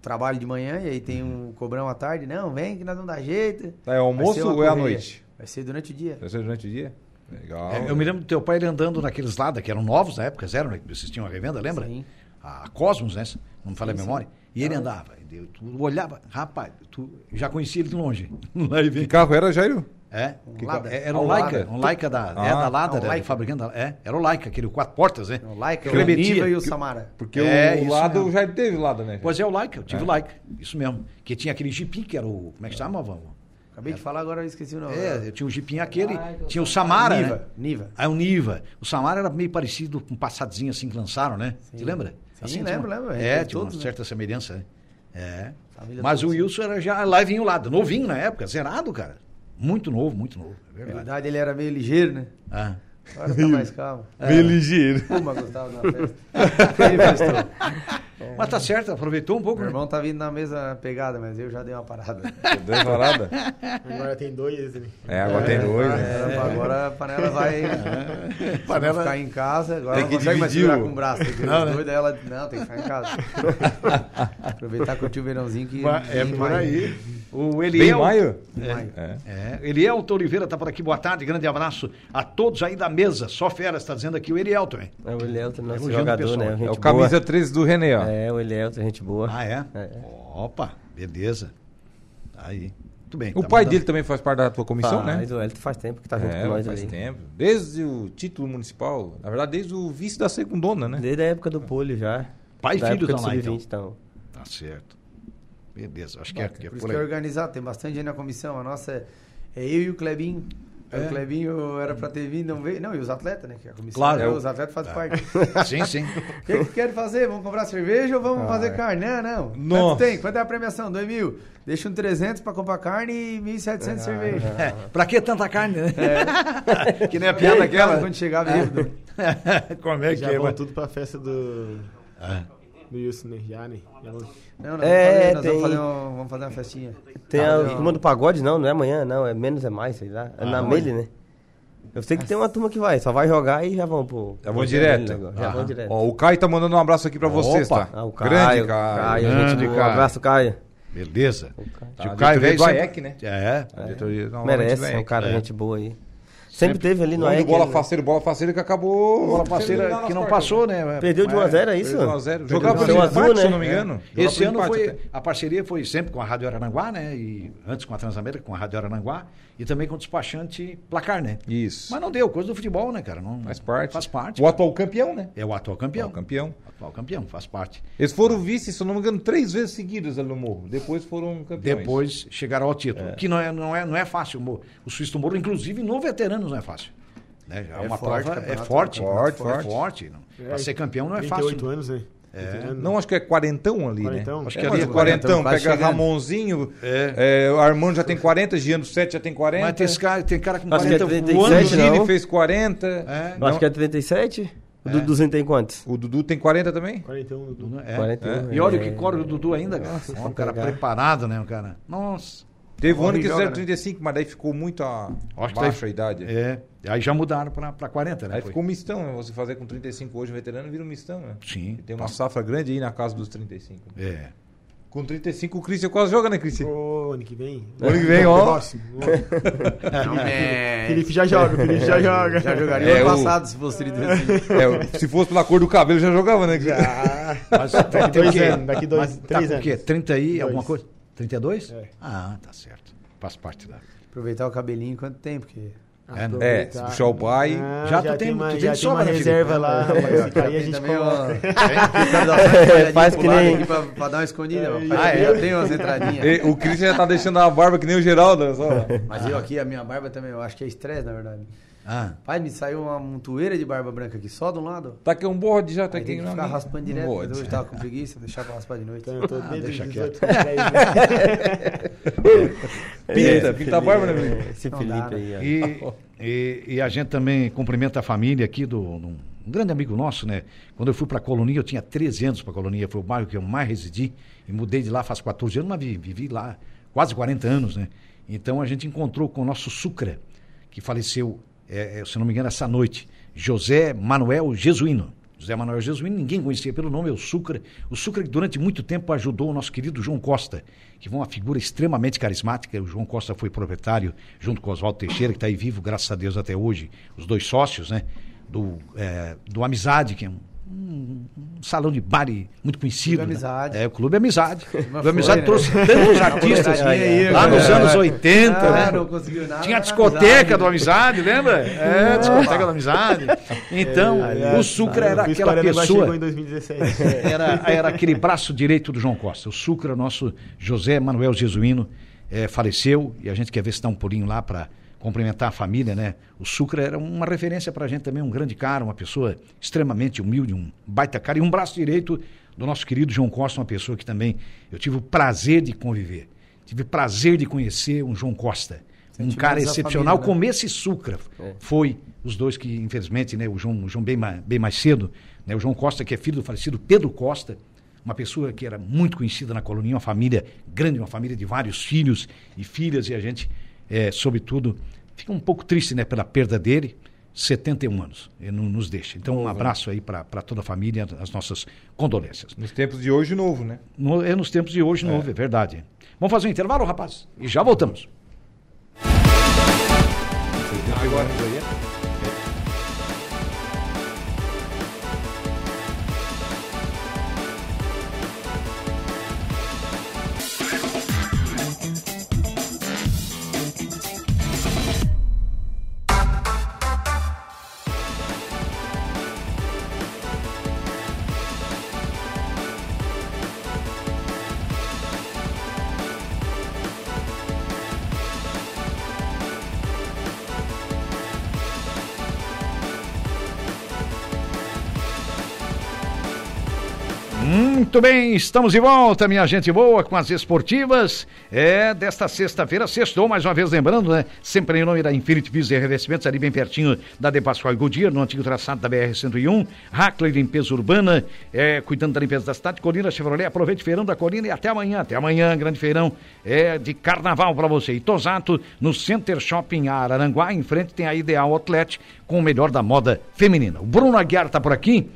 Speaker 2: trabalho de manhã e aí tem
Speaker 4: Uhum.
Speaker 2: um cobrão à tarde. Não, vem que nós não dá jeito.
Speaker 3: Tá, é almoço
Speaker 2: Vai ser uma
Speaker 3: ou é à
Speaker 2: correria.
Speaker 3: noite?
Speaker 2: Vai ser durante o dia.
Speaker 3: Vai ser durante o dia? Legal.
Speaker 4: É, eu me lembro do teu pai ele andando naqueles lados que eram novos na época, eram, né? vocês tinham a revenda, lembra?
Speaker 2: Sim.
Speaker 4: A Cosmos, né? Não me falei a memória. E ele andava, e eu- tu olhava, rapaz, tu já conhecia ele de longe. Lá e
Speaker 3: Que
Speaker 4: vem.
Speaker 3: carro era, Jairo?
Speaker 4: É,
Speaker 3: Que
Speaker 4: Lada.
Speaker 3: ca-
Speaker 4: era um
Speaker 3: Ah,
Speaker 4: Laika,
Speaker 3: Lada.
Speaker 4: um Laika da,
Speaker 3: Ah,
Speaker 4: é da Lada,
Speaker 2: ah, um
Speaker 4: era do
Speaker 2: Laika.
Speaker 4: fabricante da, é, era o Laika, aquele quatro portas, né?
Speaker 2: O Laika, o
Speaker 4: Clementia.
Speaker 2: Niva e o
Speaker 4: Que-
Speaker 2: Samara.
Speaker 3: Porque
Speaker 4: É,
Speaker 3: o
Speaker 4: isso
Speaker 3: lado
Speaker 4: mesmo.
Speaker 3: já teve lado, né?
Speaker 4: é Pois é, o Laika, eu tive o Laika, isso mesmo. Que tinha aquele jipim que era o, como é que chamava?
Speaker 2: Acabei de falar, agora eu esqueci o nome.
Speaker 4: É, tinha o Jeepinho aquele,
Speaker 2: Ah, então
Speaker 4: tinha o
Speaker 2: tá.
Speaker 4: Samara,
Speaker 2: Niva,
Speaker 4: né?
Speaker 2: Niva.
Speaker 4: Aí o Niva. O Samara era meio parecido com um passadinho assim que lançaram, né? Você lembra?
Speaker 2: Sim,
Speaker 4: assim,
Speaker 2: lembro,
Speaker 4: tinha uma-
Speaker 2: lembro.
Speaker 4: É,
Speaker 2: Tem
Speaker 4: tinha uma
Speaker 2: todos, né?
Speaker 4: certa semelhança, né? É.
Speaker 2: Família
Speaker 4: Mas o
Speaker 2: todos,
Speaker 4: Wilson era já live lado, novinho na época, zerado, cara. Muito novo, muito novo, é
Speaker 2: Na
Speaker 4: verdade.
Speaker 2: verdade, ele era meio ligeiro, né?
Speaker 4: Ah.
Speaker 2: Agora tá mais calmo.
Speaker 3: Bem ligeiro.
Speaker 2: Uma gostava na festa. Ele festou.
Speaker 4: Mas tá certo, aproveitou um pouco.
Speaker 2: Meu É.
Speaker 4: né?
Speaker 2: irmão tá vindo na mesma pegada, mas eu já dei uma parada.
Speaker 3: Deu varada?
Speaker 1: Agora tem dois, né?
Speaker 3: É, agora tem dois, né?
Speaker 2: Agora- É, Agora a panela vai
Speaker 6: Panela-
Speaker 2: panela... É. ficar em casa, agora
Speaker 3: Tem
Speaker 2: ela
Speaker 3: que
Speaker 2: não consegue mais
Speaker 3: dividir o-
Speaker 2: segurar com o braço. Tem que não, doido, aí ela não, tem que ficar em casa. Aproveitar curtir o verãozinho que.
Speaker 6: Mas É
Speaker 2: em
Speaker 6: por
Speaker 2: maio.
Speaker 6: aí.
Speaker 4: O
Speaker 3: Bem
Speaker 4: Eliel.
Speaker 3: maio?
Speaker 2: Em maio.
Speaker 3: É.
Speaker 4: É, Elielto Oliveira tá por aqui, boa tarde, grande abraço a todos aí da mesa. Só fera está dizendo aqui o Elielto, hein?
Speaker 5: É o Elielto, nosso
Speaker 4: Elogiando o
Speaker 5: jogador,
Speaker 4: pessoal.
Speaker 5: né?
Speaker 3: É
Speaker 5: Gente
Speaker 3: o camisa
Speaker 5: boa.
Speaker 3: 13 do René, ó.
Speaker 5: É, o Elielto, gente boa.
Speaker 4: Ah, é?
Speaker 5: É.
Speaker 4: Opa, beleza. Aí. Muito bem.
Speaker 3: O
Speaker 4: tá
Speaker 3: pai
Speaker 4: mandando.
Speaker 3: dele também faz parte da tua comissão, né?
Speaker 5: Mas o Elielto faz tempo que tá junto
Speaker 3: É,
Speaker 5: com nós
Speaker 3: faz
Speaker 5: ali.
Speaker 3: tempo. Desde o título municipal, na verdade, desde o vice da segundona, né?
Speaker 5: Desde a época do Polio já.
Speaker 4: Pai e
Speaker 5: da
Speaker 4: filho
Speaker 5: época
Speaker 4: tão
Speaker 5: do
Speaker 4: lá, então.
Speaker 5: Sub-20, então.
Speaker 4: Tá certo. Beleza, acho que é, que é
Speaker 2: Por isso
Speaker 4: por
Speaker 2: que é
Speaker 4: aí.
Speaker 2: organizado, tem bastante gente na comissão. A nossa é, é eu e o Clebinho. Aí O Clebinho era pra ter vindo, não veio. Não, e os atletas, né? Que a comissão
Speaker 4: Claro,
Speaker 2: é,
Speaker 4: eu-
Speaker 2: os atletas fazem parte.
Speaker 4: Sim, sim.
Speaker 2: O que, que querem fazer? Vamos comprar cerveja ou vamos fazer carne? Não, não.
Speaker 3: Nossa.
Speaker 2: Quanto tem? Quanto é a premiação? 2 mil. Deixa um 300 pra comprar carne e 1.700 de cerveja.
Speaker 4: É, pra que tanta carne, né? que nem a piada aquela.
Speaker 2: Quando chegava, bêbado.
Speaker 4: Como é que Ah.
Speaker 1: Já
Speaker 4: é?
Speaker 1: vão
Speaker 4: mas-
Speaker 1: tudo pra festa do. Do Wilson, né? Já, né? Já vão-
Speaker 2: Não, não,
Speaker 5: É,
Speaker 2: vamos, fazer, nós
Speaker 5: tem-
Speaker 2: vamos, fazer um- vamos fazer uma festinha.
Speaker 3: Tá,
Speaker 5: Tem
Speaker 2: Ah,
Speaker 5: a
Speaker 2: não.
Speaker 5: turma do pagode, não, não é amanhã, não, é menos é mais, sei
Speaker 3: Ah,
Speaker 5: lá. É na Mele, né? Eu sei que tem uma turma que vai, só vai jogar e já vão pro.
Speaker 3: Já vão
Speaker 5: pro
Speaker 3: direto?
Speaker 5: Mele agora, Já
Speaker 4: Aham.
Speaker 5: vão direto.
Speaker 3: Ó, o Caio tá mandando um abraço aqui pra vocês, tá?
Speaker 5: Ah, o Caio.
Speaker 3: Grande Caio. né?
Speaker 5: Caio, gente
Speaker 4: Grande
Speaker 5: boa.
Speaker 4: Caio.
Speaker 5: Um abraço, Caio.
Speaker 4: Beleza. o
Speaker 3: Tá,
Speaker 4: Caio
Speaker 3: diretoria
Speaker 4: veio
Speaker 3: do
Speaker 4: sempre-
Speaker 3: AEC, né?
Speaker 4: É.
Speaker 3: A diretoria normalmente
Speaker 5: Merece,
Speaker 3: do
Speaker 5: é um
Speaker 3: AEC.
Speaker 5: cara, gente boa aí. Sempre, teve ali no
Speaker 3: Nome do
Speaker 5: AEC.
Speaker 3: né? bola
Speaker 5: né?
Speaker 3: faceiro, bola faceira que acabou.
Speaker 4: Bola
Speaker 3: sendo eliminado
Speaker 4: parceira que
Speaker 3: nas
Speaker 4: não
Speaker 3: quartas.
Speaker 4: passou, né?
Speaker 5: Perdeu de 1 a 0 é isso?
Speaker 3: Perdeu um a zero.
Speaker 5: Perdeu
Speaker 3: Jogava
Speaker 5: de
Speaker 3: pelo
Speaker 5: um a
Speaker 3: empate,
Speaker 5: zero,
Speaker 3: se eu
Speaker 5: né?
Speaker 3: não me engano. Jogava
Speaker 4: Esse
Speaker 3: pelo
Speaker 4: ano
Speaker 3: empate
Speaker 4: foi,
Speaker 3: até.
Speaker 4: a parceria foi sempre com a Rádio Arananguá, né? E antes com a Transamérica, com a Rádio Arananguá e também com o despachante Placar, né?
Speaker 3: Isso.
Speaker 4: Mas não deu, coisa do futebol, né, cara? Não,
Speaker 3: Faz parte.
Speaker 4: Faz parte.
Speaker 3: O atual campeão, né?
Speaker 4: É o atual campeão.
Speaker 3: Atual campeão.
Speaker 4: Atual campeão, faz parte.
Speaker 3: Eles foram vice, se eu não me engano, três vezes seguidas ali no Morro. Depois foram campeões.
Speaker 4: Depois chegaram ao título. Que não é, não, é, não é fácil. O Mo- O Suíço do Moro, inclusive, no veteranos, não é fácil. Né? É, uma
Speaker 2: forte,
Speaker 4: prova, é
Speaker 2: campeonato,
Speaker 4: forte.
Speaker 3: campeonato
Speaker 4: é
Speaker 3: forte.
Speaker 4: forte. não. Pra ser campeão não é
Speaker 1: 38
Speaker 4: fácil.
Speaker 1: anos, né? É.
Speaker 3: Não, acho que é quarentão ali, né?
Speaker 1: Quarentão?
Speaker 4: Acho
Speaker 3: É,
Speaker 4: que
Speaker 3: mas
Speaker 4: ali é
Speaker 3: o
Speaker 4: 40.
Speaker 3: quarentão,
Speaker 2: quase
Speaker 3: pega
Speaker 2: chegando.
Speaker 3: Ramonzinho, é, o Armando já tem 40, Giano 7 já tem 40.
Speaker 4: Mas tem, esse cara, tem cara com
Speaker 5: Acho que é
Speaker 4: 40
Speaker 5: 37,
Speaker 3: O
Speaker 4: anos.
Speaker 5: né?
Speaker 3: Gini
Speaker 5: não.
Speaker 3: fez 40.
Speaker 4: É.
Speaker 5: Eu
Speaker 3: Não,
Speaker 5: Acho que é 37? O Dudu Duduzinho tem quantos?
Speaker 3: O Dudu tem 40 também?
Speaker 1: 41 do.
Speaker 4: É.
Speaker 5: 41,
Speaker 4: E olha o
Speaker 5: é.
Speaker 4: que corre o Dudu ainda, cara. um cara preparado, né, um cara? Nossa.
Speaker 3: Teve um
Speaker 2: Corre
Speaker 3: ano
Speaker 2: e
Speaker 3: que
Speaker 2: joga,
Speaker 3: fizeram
Speaker 2: né?
Speaker 3: 35, mas daí ficou muito a
Speaker 4: Acho que
Speaker 3: baixa
Speaker 4: daí-
Speaker 3: a idade.
Speaker 4: É. Aí já mudaram pra, pra 40, né?
Speaker 3: Aí
Speaker 4: foi?
Speaker 3: ficou um mistão, né? Você fazer com 35 hoje veterano vira um mistão, né?
Speaker 4: Sim.
Speaker 3: E tem uma safra grande aí na casa dos 35.
Speaker 4: É.
Speaker 3: né? Com 35 o Christian quase joga, né, Christian?
Speaker 1: Ô, ano que vem.
Speaker 3: Ano que vem, ó.
Speaker 1: Próximo.
Speaker 4: É.
Speaker 1: Felipe já joga, Felipe já joga.
Speaker 2: Já jogaria
Speaker 3: É,
Speaker 2: ano
Speaker 3: o-
Speaker 2: passado, se fosse 32.
Speaker 3: É, se fosse pela cor do cabelo já jogava, né? Christian?
Speaker 4: Mas
Speaker 1: Daqui
Speaker 4: tem o
Speaker 1: dois
Speaker 4: quê?
Speaker 1: anos, daqui dois,
Speaker 4: Mas tá
Speaker 1: três
Speaker 4: com o
Speaker 1: anos.
Speaker 4: quê? 30 aí, alguma
Speaker 1: Dois.
Speaker 4: coisa? 32?
Speaker 1: É.
Speaker 4: Ah, tá certo. Faz parte da.
Speaker 2: Aproveitar o cabelinho enquanto tem, porque.
Speaker 4: É,
Speaker 3: É, se puxar o pai.
Speaker 1: Ah,
Speaker 4: Já
Speaker 1: já,
Speaker 4: tu tem-
Speaker 1: tem uma,
Speaker 4: tu tem
Speaker 1: já tem
Speaker 4: sobra,
Speaker 1: uma
Speaker 4: né, Felipe?
Speaker 1: reserva lá, rapaz. Esse cara aí a
Speaker 4: Tá
Speaker 2: Tem
Speaker 1: gente
Speaker 2: também
Speaker 1: coloca.
Speaker 2: uma- Tem
Speaker 5: Faz que
Speaker 2: pro lado
Speaker 5: nem-
Speaker 2: aqui Pra, pra dar uma escondida, ó.
Speaker 1: Ah,
Speaker 2: Já tem umas entradinhas.
Speaker 3: E o Christian já tá deixando a barba que nem o Geraldo. Só.
Speaker 2: Mas eu aqui, a minha barba também, eu acho que é estresse, na verdade.
Speaker 4: Ah,
Speaker 2: Pai, me saiu uma montoeira de barba branca aqui, só de um lado.
Speaker 3: Tá aqui um bode já, tá
Speaker 2: Aí
Speaker 3: aqui
Speaker 2: tem que
Speaker 3: na
Speaker 2: ficar
Speaker 3: minha.
Speaker 2: raspando direto,
Speaker 3: Um
Speaker 2: mas
Speaker 3: bode.
Speaker 2: hoje tava com preguiça, deixar pra raspar de noite. Ah,
Speaker 1: Então, eu tô desde
Speaker 4: Ah, deixa
Speaker 1: os
Speaker 4: quieto.
Speaker 1: 18 pra trás, né?
Speaker 3: Pinta, pinta a barba, né, menino?
Speaker 5: Esse
Speaker 2: Não dá,
Speaker 5: Felipe
Speaker 2: né?
Speaker 5: aí, ó.
Speaker 4: E, e, e a gente também cumprimenta a família aqui do num- um grande amigo nosso, né? Quando eu fui para Colonia, eu tinha 13 anos para Colonia, foi o bairro que eu mais residi e mudei de lá faz 14 anos, mas vi- vivi lá quase 40 anos, né? Então a gente encontrou com o nosso Sucra, que faleceu, eh, eh, se não me engano, essa noite, José Manuel Jesuíno. José Manuel Jesuíno, ninguém conhecia pelo nome, é o Sucra. O Sucra que durante muito tempo ajudou o nosso querido João Costa, que foi uma figura extremamente carismática. O João Costa foi proprietário, junto com Oswaldo Teixeira, que está aí vivo, graças a Deus, até hoje. Os dois sócios, né? Do, eh, do Amizade, que é um, um- um salão de bar e muito conhecido. né?
Speaker 2: Amizade.
Speaker 4: É, o Clube Amizade.
Speaker 2: Uma
Speaker 4: O Clube
Speaker 2: foi,
Speaker 4: Amizade
Speaker 2: né?
Speaker 4: trouxe tantos artistas
Speaker 2: Olha aí,
Speaker 4: lá nos
Speaker 2: cara.
Speaker 4: anos 80,
Speaker 2: Ah,
Speaker 4: né?
Speaker 2: não conseguiu nada,
Speaker 4: Tinha a
Speaker 2: mas
Speaker 4: discoteca do Amizade, lembra? É, discoteca da Amizade. Então, o Sucra era
Speaker 1: É, Eu fiz
Speaker 4: aquela
Speaker 1: 40, mas Chegou
Speaker 4: pessoa.
Speaker 1: em 2017.
Speaker 2: né?
Speaker 4: Era, era aquele braço direito do João Costa. O Sucra, nosso José Manuel Jesuíno, eh, faleceu e a gente quer ver se dá um pulinho lá para cumprimentar a família, né? O Sucre era uma referência para a gente também, um grande cara, uma pessoa extremamente humilde, um baita cara e um braço direito do nosso querido João Costa, uma pessoa que também eu tive o prazer de conviver. Tive prazer de conhecer um João Costa. Um
Speaker 2: Sentimentos
Speaker 4: cara
Speaker 2: da família,
Speaker 4: excepcional,
Speaker 2: né? É.
Speaker 4: como esse Sucra foi os dois que, infelizmente, né, o João, o João bem, mais, bem mais cedo, né, o João Costa, que é filho do falecido Pedro Costa, uma pessoa que era muito conhecida na colônia, uma família grande, uma família de vários filhos e filhas, e a gente, eh, sobretudo, fica um pouco triste né, pela perda dele, 71 anos, ele não nos deixa. Então,
Speaker 2: Uhum.
Speaker 4: um abraço aí para toda a família, as nossas condolências.
Speaker 3: Nos tempos de hoje, novo, né?
Speaker 4: No- é nos tempos de hoje, não houve, é verdade. Vamos fazer um intervalo, rapaz? E já voltamos. Muito bem, estamos de volta, minha gente boa, com as esportivas. É desta sexta-feira, sextou, mais uma vez lembrando, né? Sempre em nome da Infinity Visa e Revestimentos, ali bem pertinho da De Pascoal e Goodyear, no antigo traçado da BR-101. Hackley Limpeza Urbana, é, cuidando da limpeza da cidade. Colina Chevrolet, aproveite o feirão da Colina e até amanhã. Até amanhã, grande feirão é, de carnaval para você. E Tosato, no Center Shopping Araranguá, em frente tem a Ideal Outlet, com o melhor da moda feminina. O Bruno Aguiar tá por aqui.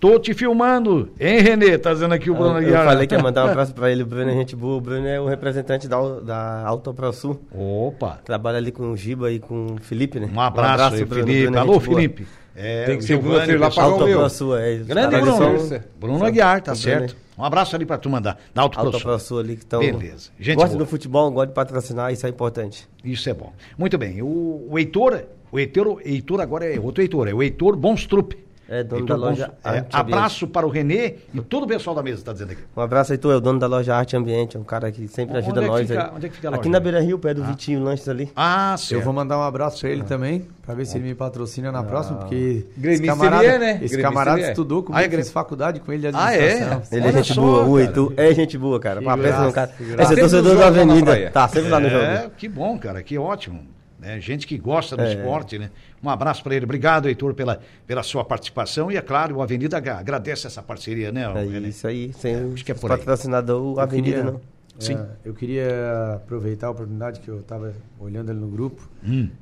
Speaker 4: Tô te filmando, hein, Renê? Tá dizendo aqui o Bruno
Speaker 5: Eu,
Speaker 4: Aguiar.
Speaker 5: falei que ia mandar um abraço pra ele, o Bruno é gente boa. O Bruno é um representante da, Al- da Alto Pro Sul.
Speaker 4: Opa!
Speaker 5: Trabalha ali com o Giba e com o Felipe, né?
Speaker 4: Um abraço, aí,
Speaker 5: Bruno.
Speaker 4: Felipe.
Speaker 5: Bruno é
Speaker 4: Alô,
Speaker 5: gente boa.
Speaker 4: Felipe. É,
Speaker 3: Tem que ser o
Speaker 4: Giovanni,
Speaker 3: Vanter lá
Speaker 4: pessoal.
Speaker 3: Pagar o
Speaker 5: Alto
Speaker 3: meu.
Speaker 5: Pro Sul, é. os
Speaker 4: um Grande
Speaker 5: caras ali
Speaker 4: Bruno.
Speaker 5: são-
Speaker 4: Bruno Aguiar, tá
Speaker 5: Bruno,
Speaker 4: certo.
Speaker 5: né?
Speaker 4: Um abraço ali pra turma da, da Alto
Speaker 5: Alto
Speaker 4: Pro
Speaker 5: Pro
Speaker 4: Sul.
Speaker 5: Sul ali que estão...
Speaker 4: Beleza. Gente
Speaker 5: Gosta
Speaker 4: boa.
Speaker 5: do futebol, gosta de patrocinar, isso é importante.
Speaker 4: Isso é bom. Muito bem. O, o Heitor, o Heitor, Heitor agora é outro Heitor, é o Heitor Bonstrup.
Speaker 5: É, dono da loja Arte
Speaker 4: abraço para o Renê e todo o pessoal da mesa, tá dizendo aqui.
Speaker 5: Um abraço aí, tu é o dono da loja Arte Ambiente, é um cara que sempre
Speaker 4: Onde
Speaker 5: ajuda
Speaker 4: é que
Speaker 5: nós
Speaker 4: fica-
Speaker 5: aí.
Speaker 4: onde é que fica a
Speaker 5: Aqui
Speaker 4: loja?
Speaker 5: na Beira Rio, perto do Vitinho Lanches ali.
Speaker 4: Ah, certo.
Speaker 2: Eu vou mandar um abraço pra ele também, pra ver se ele me patrocina na próxima, porque
Speaker 3: Gremista
Speaker 2: camarada,
Speaker 3: ele é, né?
Speaker 2: esse
Speaker 3: Gremista
Speaker 2: camarada
Speaker 3: ele é.
Speaker 2: estudou comigo,
Speaker 4: Ah, é grem-
Speaker 2: fiz faculdade com ele de
Speaker 4: Ah, é?
Speaker 2: administração.
Speaker 5: Ele é
Speaker 4: Olha
Speaker 5: gente
Speaker 4: só,
Speaker 5: boa, o
Speaker 4: cara.
Speaker 5: Heitu é gente boa, cara. Pra
Speaker 2: graça,
Speaker 5: pensa no cara.
Speaker 2: que
Speaker 5: É
Speaker 2: graça.
Speaker 5: ser
Speaker 3: Sempre
Speaker 5: torcedor
Speaker 3: no jogo,
Speaker 5: da
Speaker 3: lá na
Speaker 5: Avenida.
Speaker 3: praia.
Speaker 5: Tá, sempre lá no jogo.
Speaker 4: É, que bom, cara, que ótimo. né? gente que gosta do
Speaker 2: É.
Speaker 4: esporte, né? Um abraço para ele. Obrigado, Heitor, pela, pela sua participação. E, é claro, o Avenida H agradece essa parceria, né?
Speaker 5: É
Speaker 4: René?
Speaker 5: isso aí, sem o
Speaker 4: que é por aí.
Speaker 5: patrocinador, o Avenida né?
Speaker 2: queria-
Speaker 5: não.
Speaker 2: Sim. eu queria aproveitar a oportunidade que eu estava olhando ali no grupo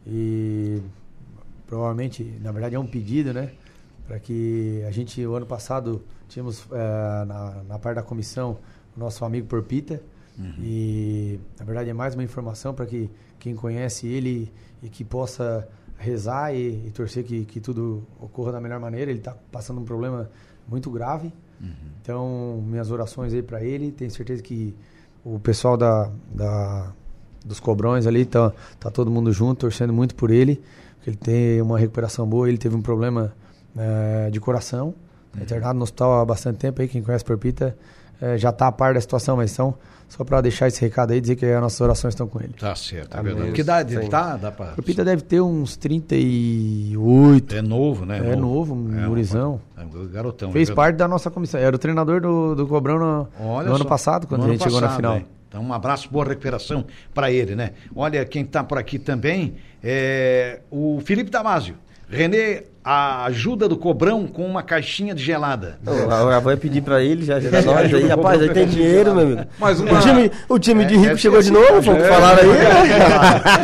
Speaker 2: e provavelmente, na verdade, é um pedido, né? Para que a gente, o ano passado, tínhamos eh, na, na parte da comissão o nosso amigo Porpita e, na verdade, é mais uma informação para que quem conhece ele e que possa rezar e, e torcer que, que tudo ocorra da melhor maneira. Ele está passando um problema muito grave. Então, minhas orações aí para ele. Tenho certeza que o pessoal da, da- dos cobrões ali tá, tá todo mundo junto, torcendo muito por ele. porque Ele tem uma recuperação boa. Ele teve um problema eh, de coração. Tá internado no hospital há bastante tempo aí. Quem conhece Perpita eh, já tá a par da situação, mas então, só para deixar esse recado aí, dizer que as nossas orações estão com ele.
Speaker 4: Tá certo, é verdade. Que idade ele tá? Dá pra...
Speaker 2: Perpita deve ter uns 38.
Speaker 4: É novo, né?
Speaker 2: É novo,
Speaker 4: É,
Speaker 2: gurizão.
Speaker 4: É um garotão.
Speaker 2: Fez
Speaker 4: é verdade.
Speaker 2: parte da nossa comissão. Era o treinador do, do Cobrão no,
Speaker 4: Olha
Speaker 2: no ano
Speaker 4: só.
Speaker 2: passado, quando
Speaker 4: No
Speaker 2: a
Speaker 4: ano
Speaker 2: gente chegou na
Speaker 4: passado,
Speaker 2: final.
Speaker 4: é. Então, um abraço, boa recuperação para ele, né? Olha, quem tá por aqui também é o Felipe Damasio. Renê, a ajuda do Cobrão com uma caixinha de gelada.
Speaker 5: Então, Agora vou pedir pra ele, já ajuda nós aí. Rapaz, aí tem dinheiro, meu amigo.
Speaker 3: Mais
Speaker 1: É.
Speaker 3: uma-
Speaker 5: o, time, o time de rico
Speaker 4: é
Speaker 5: chegou de
Speaker 4: assim,
Speaker 5: novo, foi o que falaram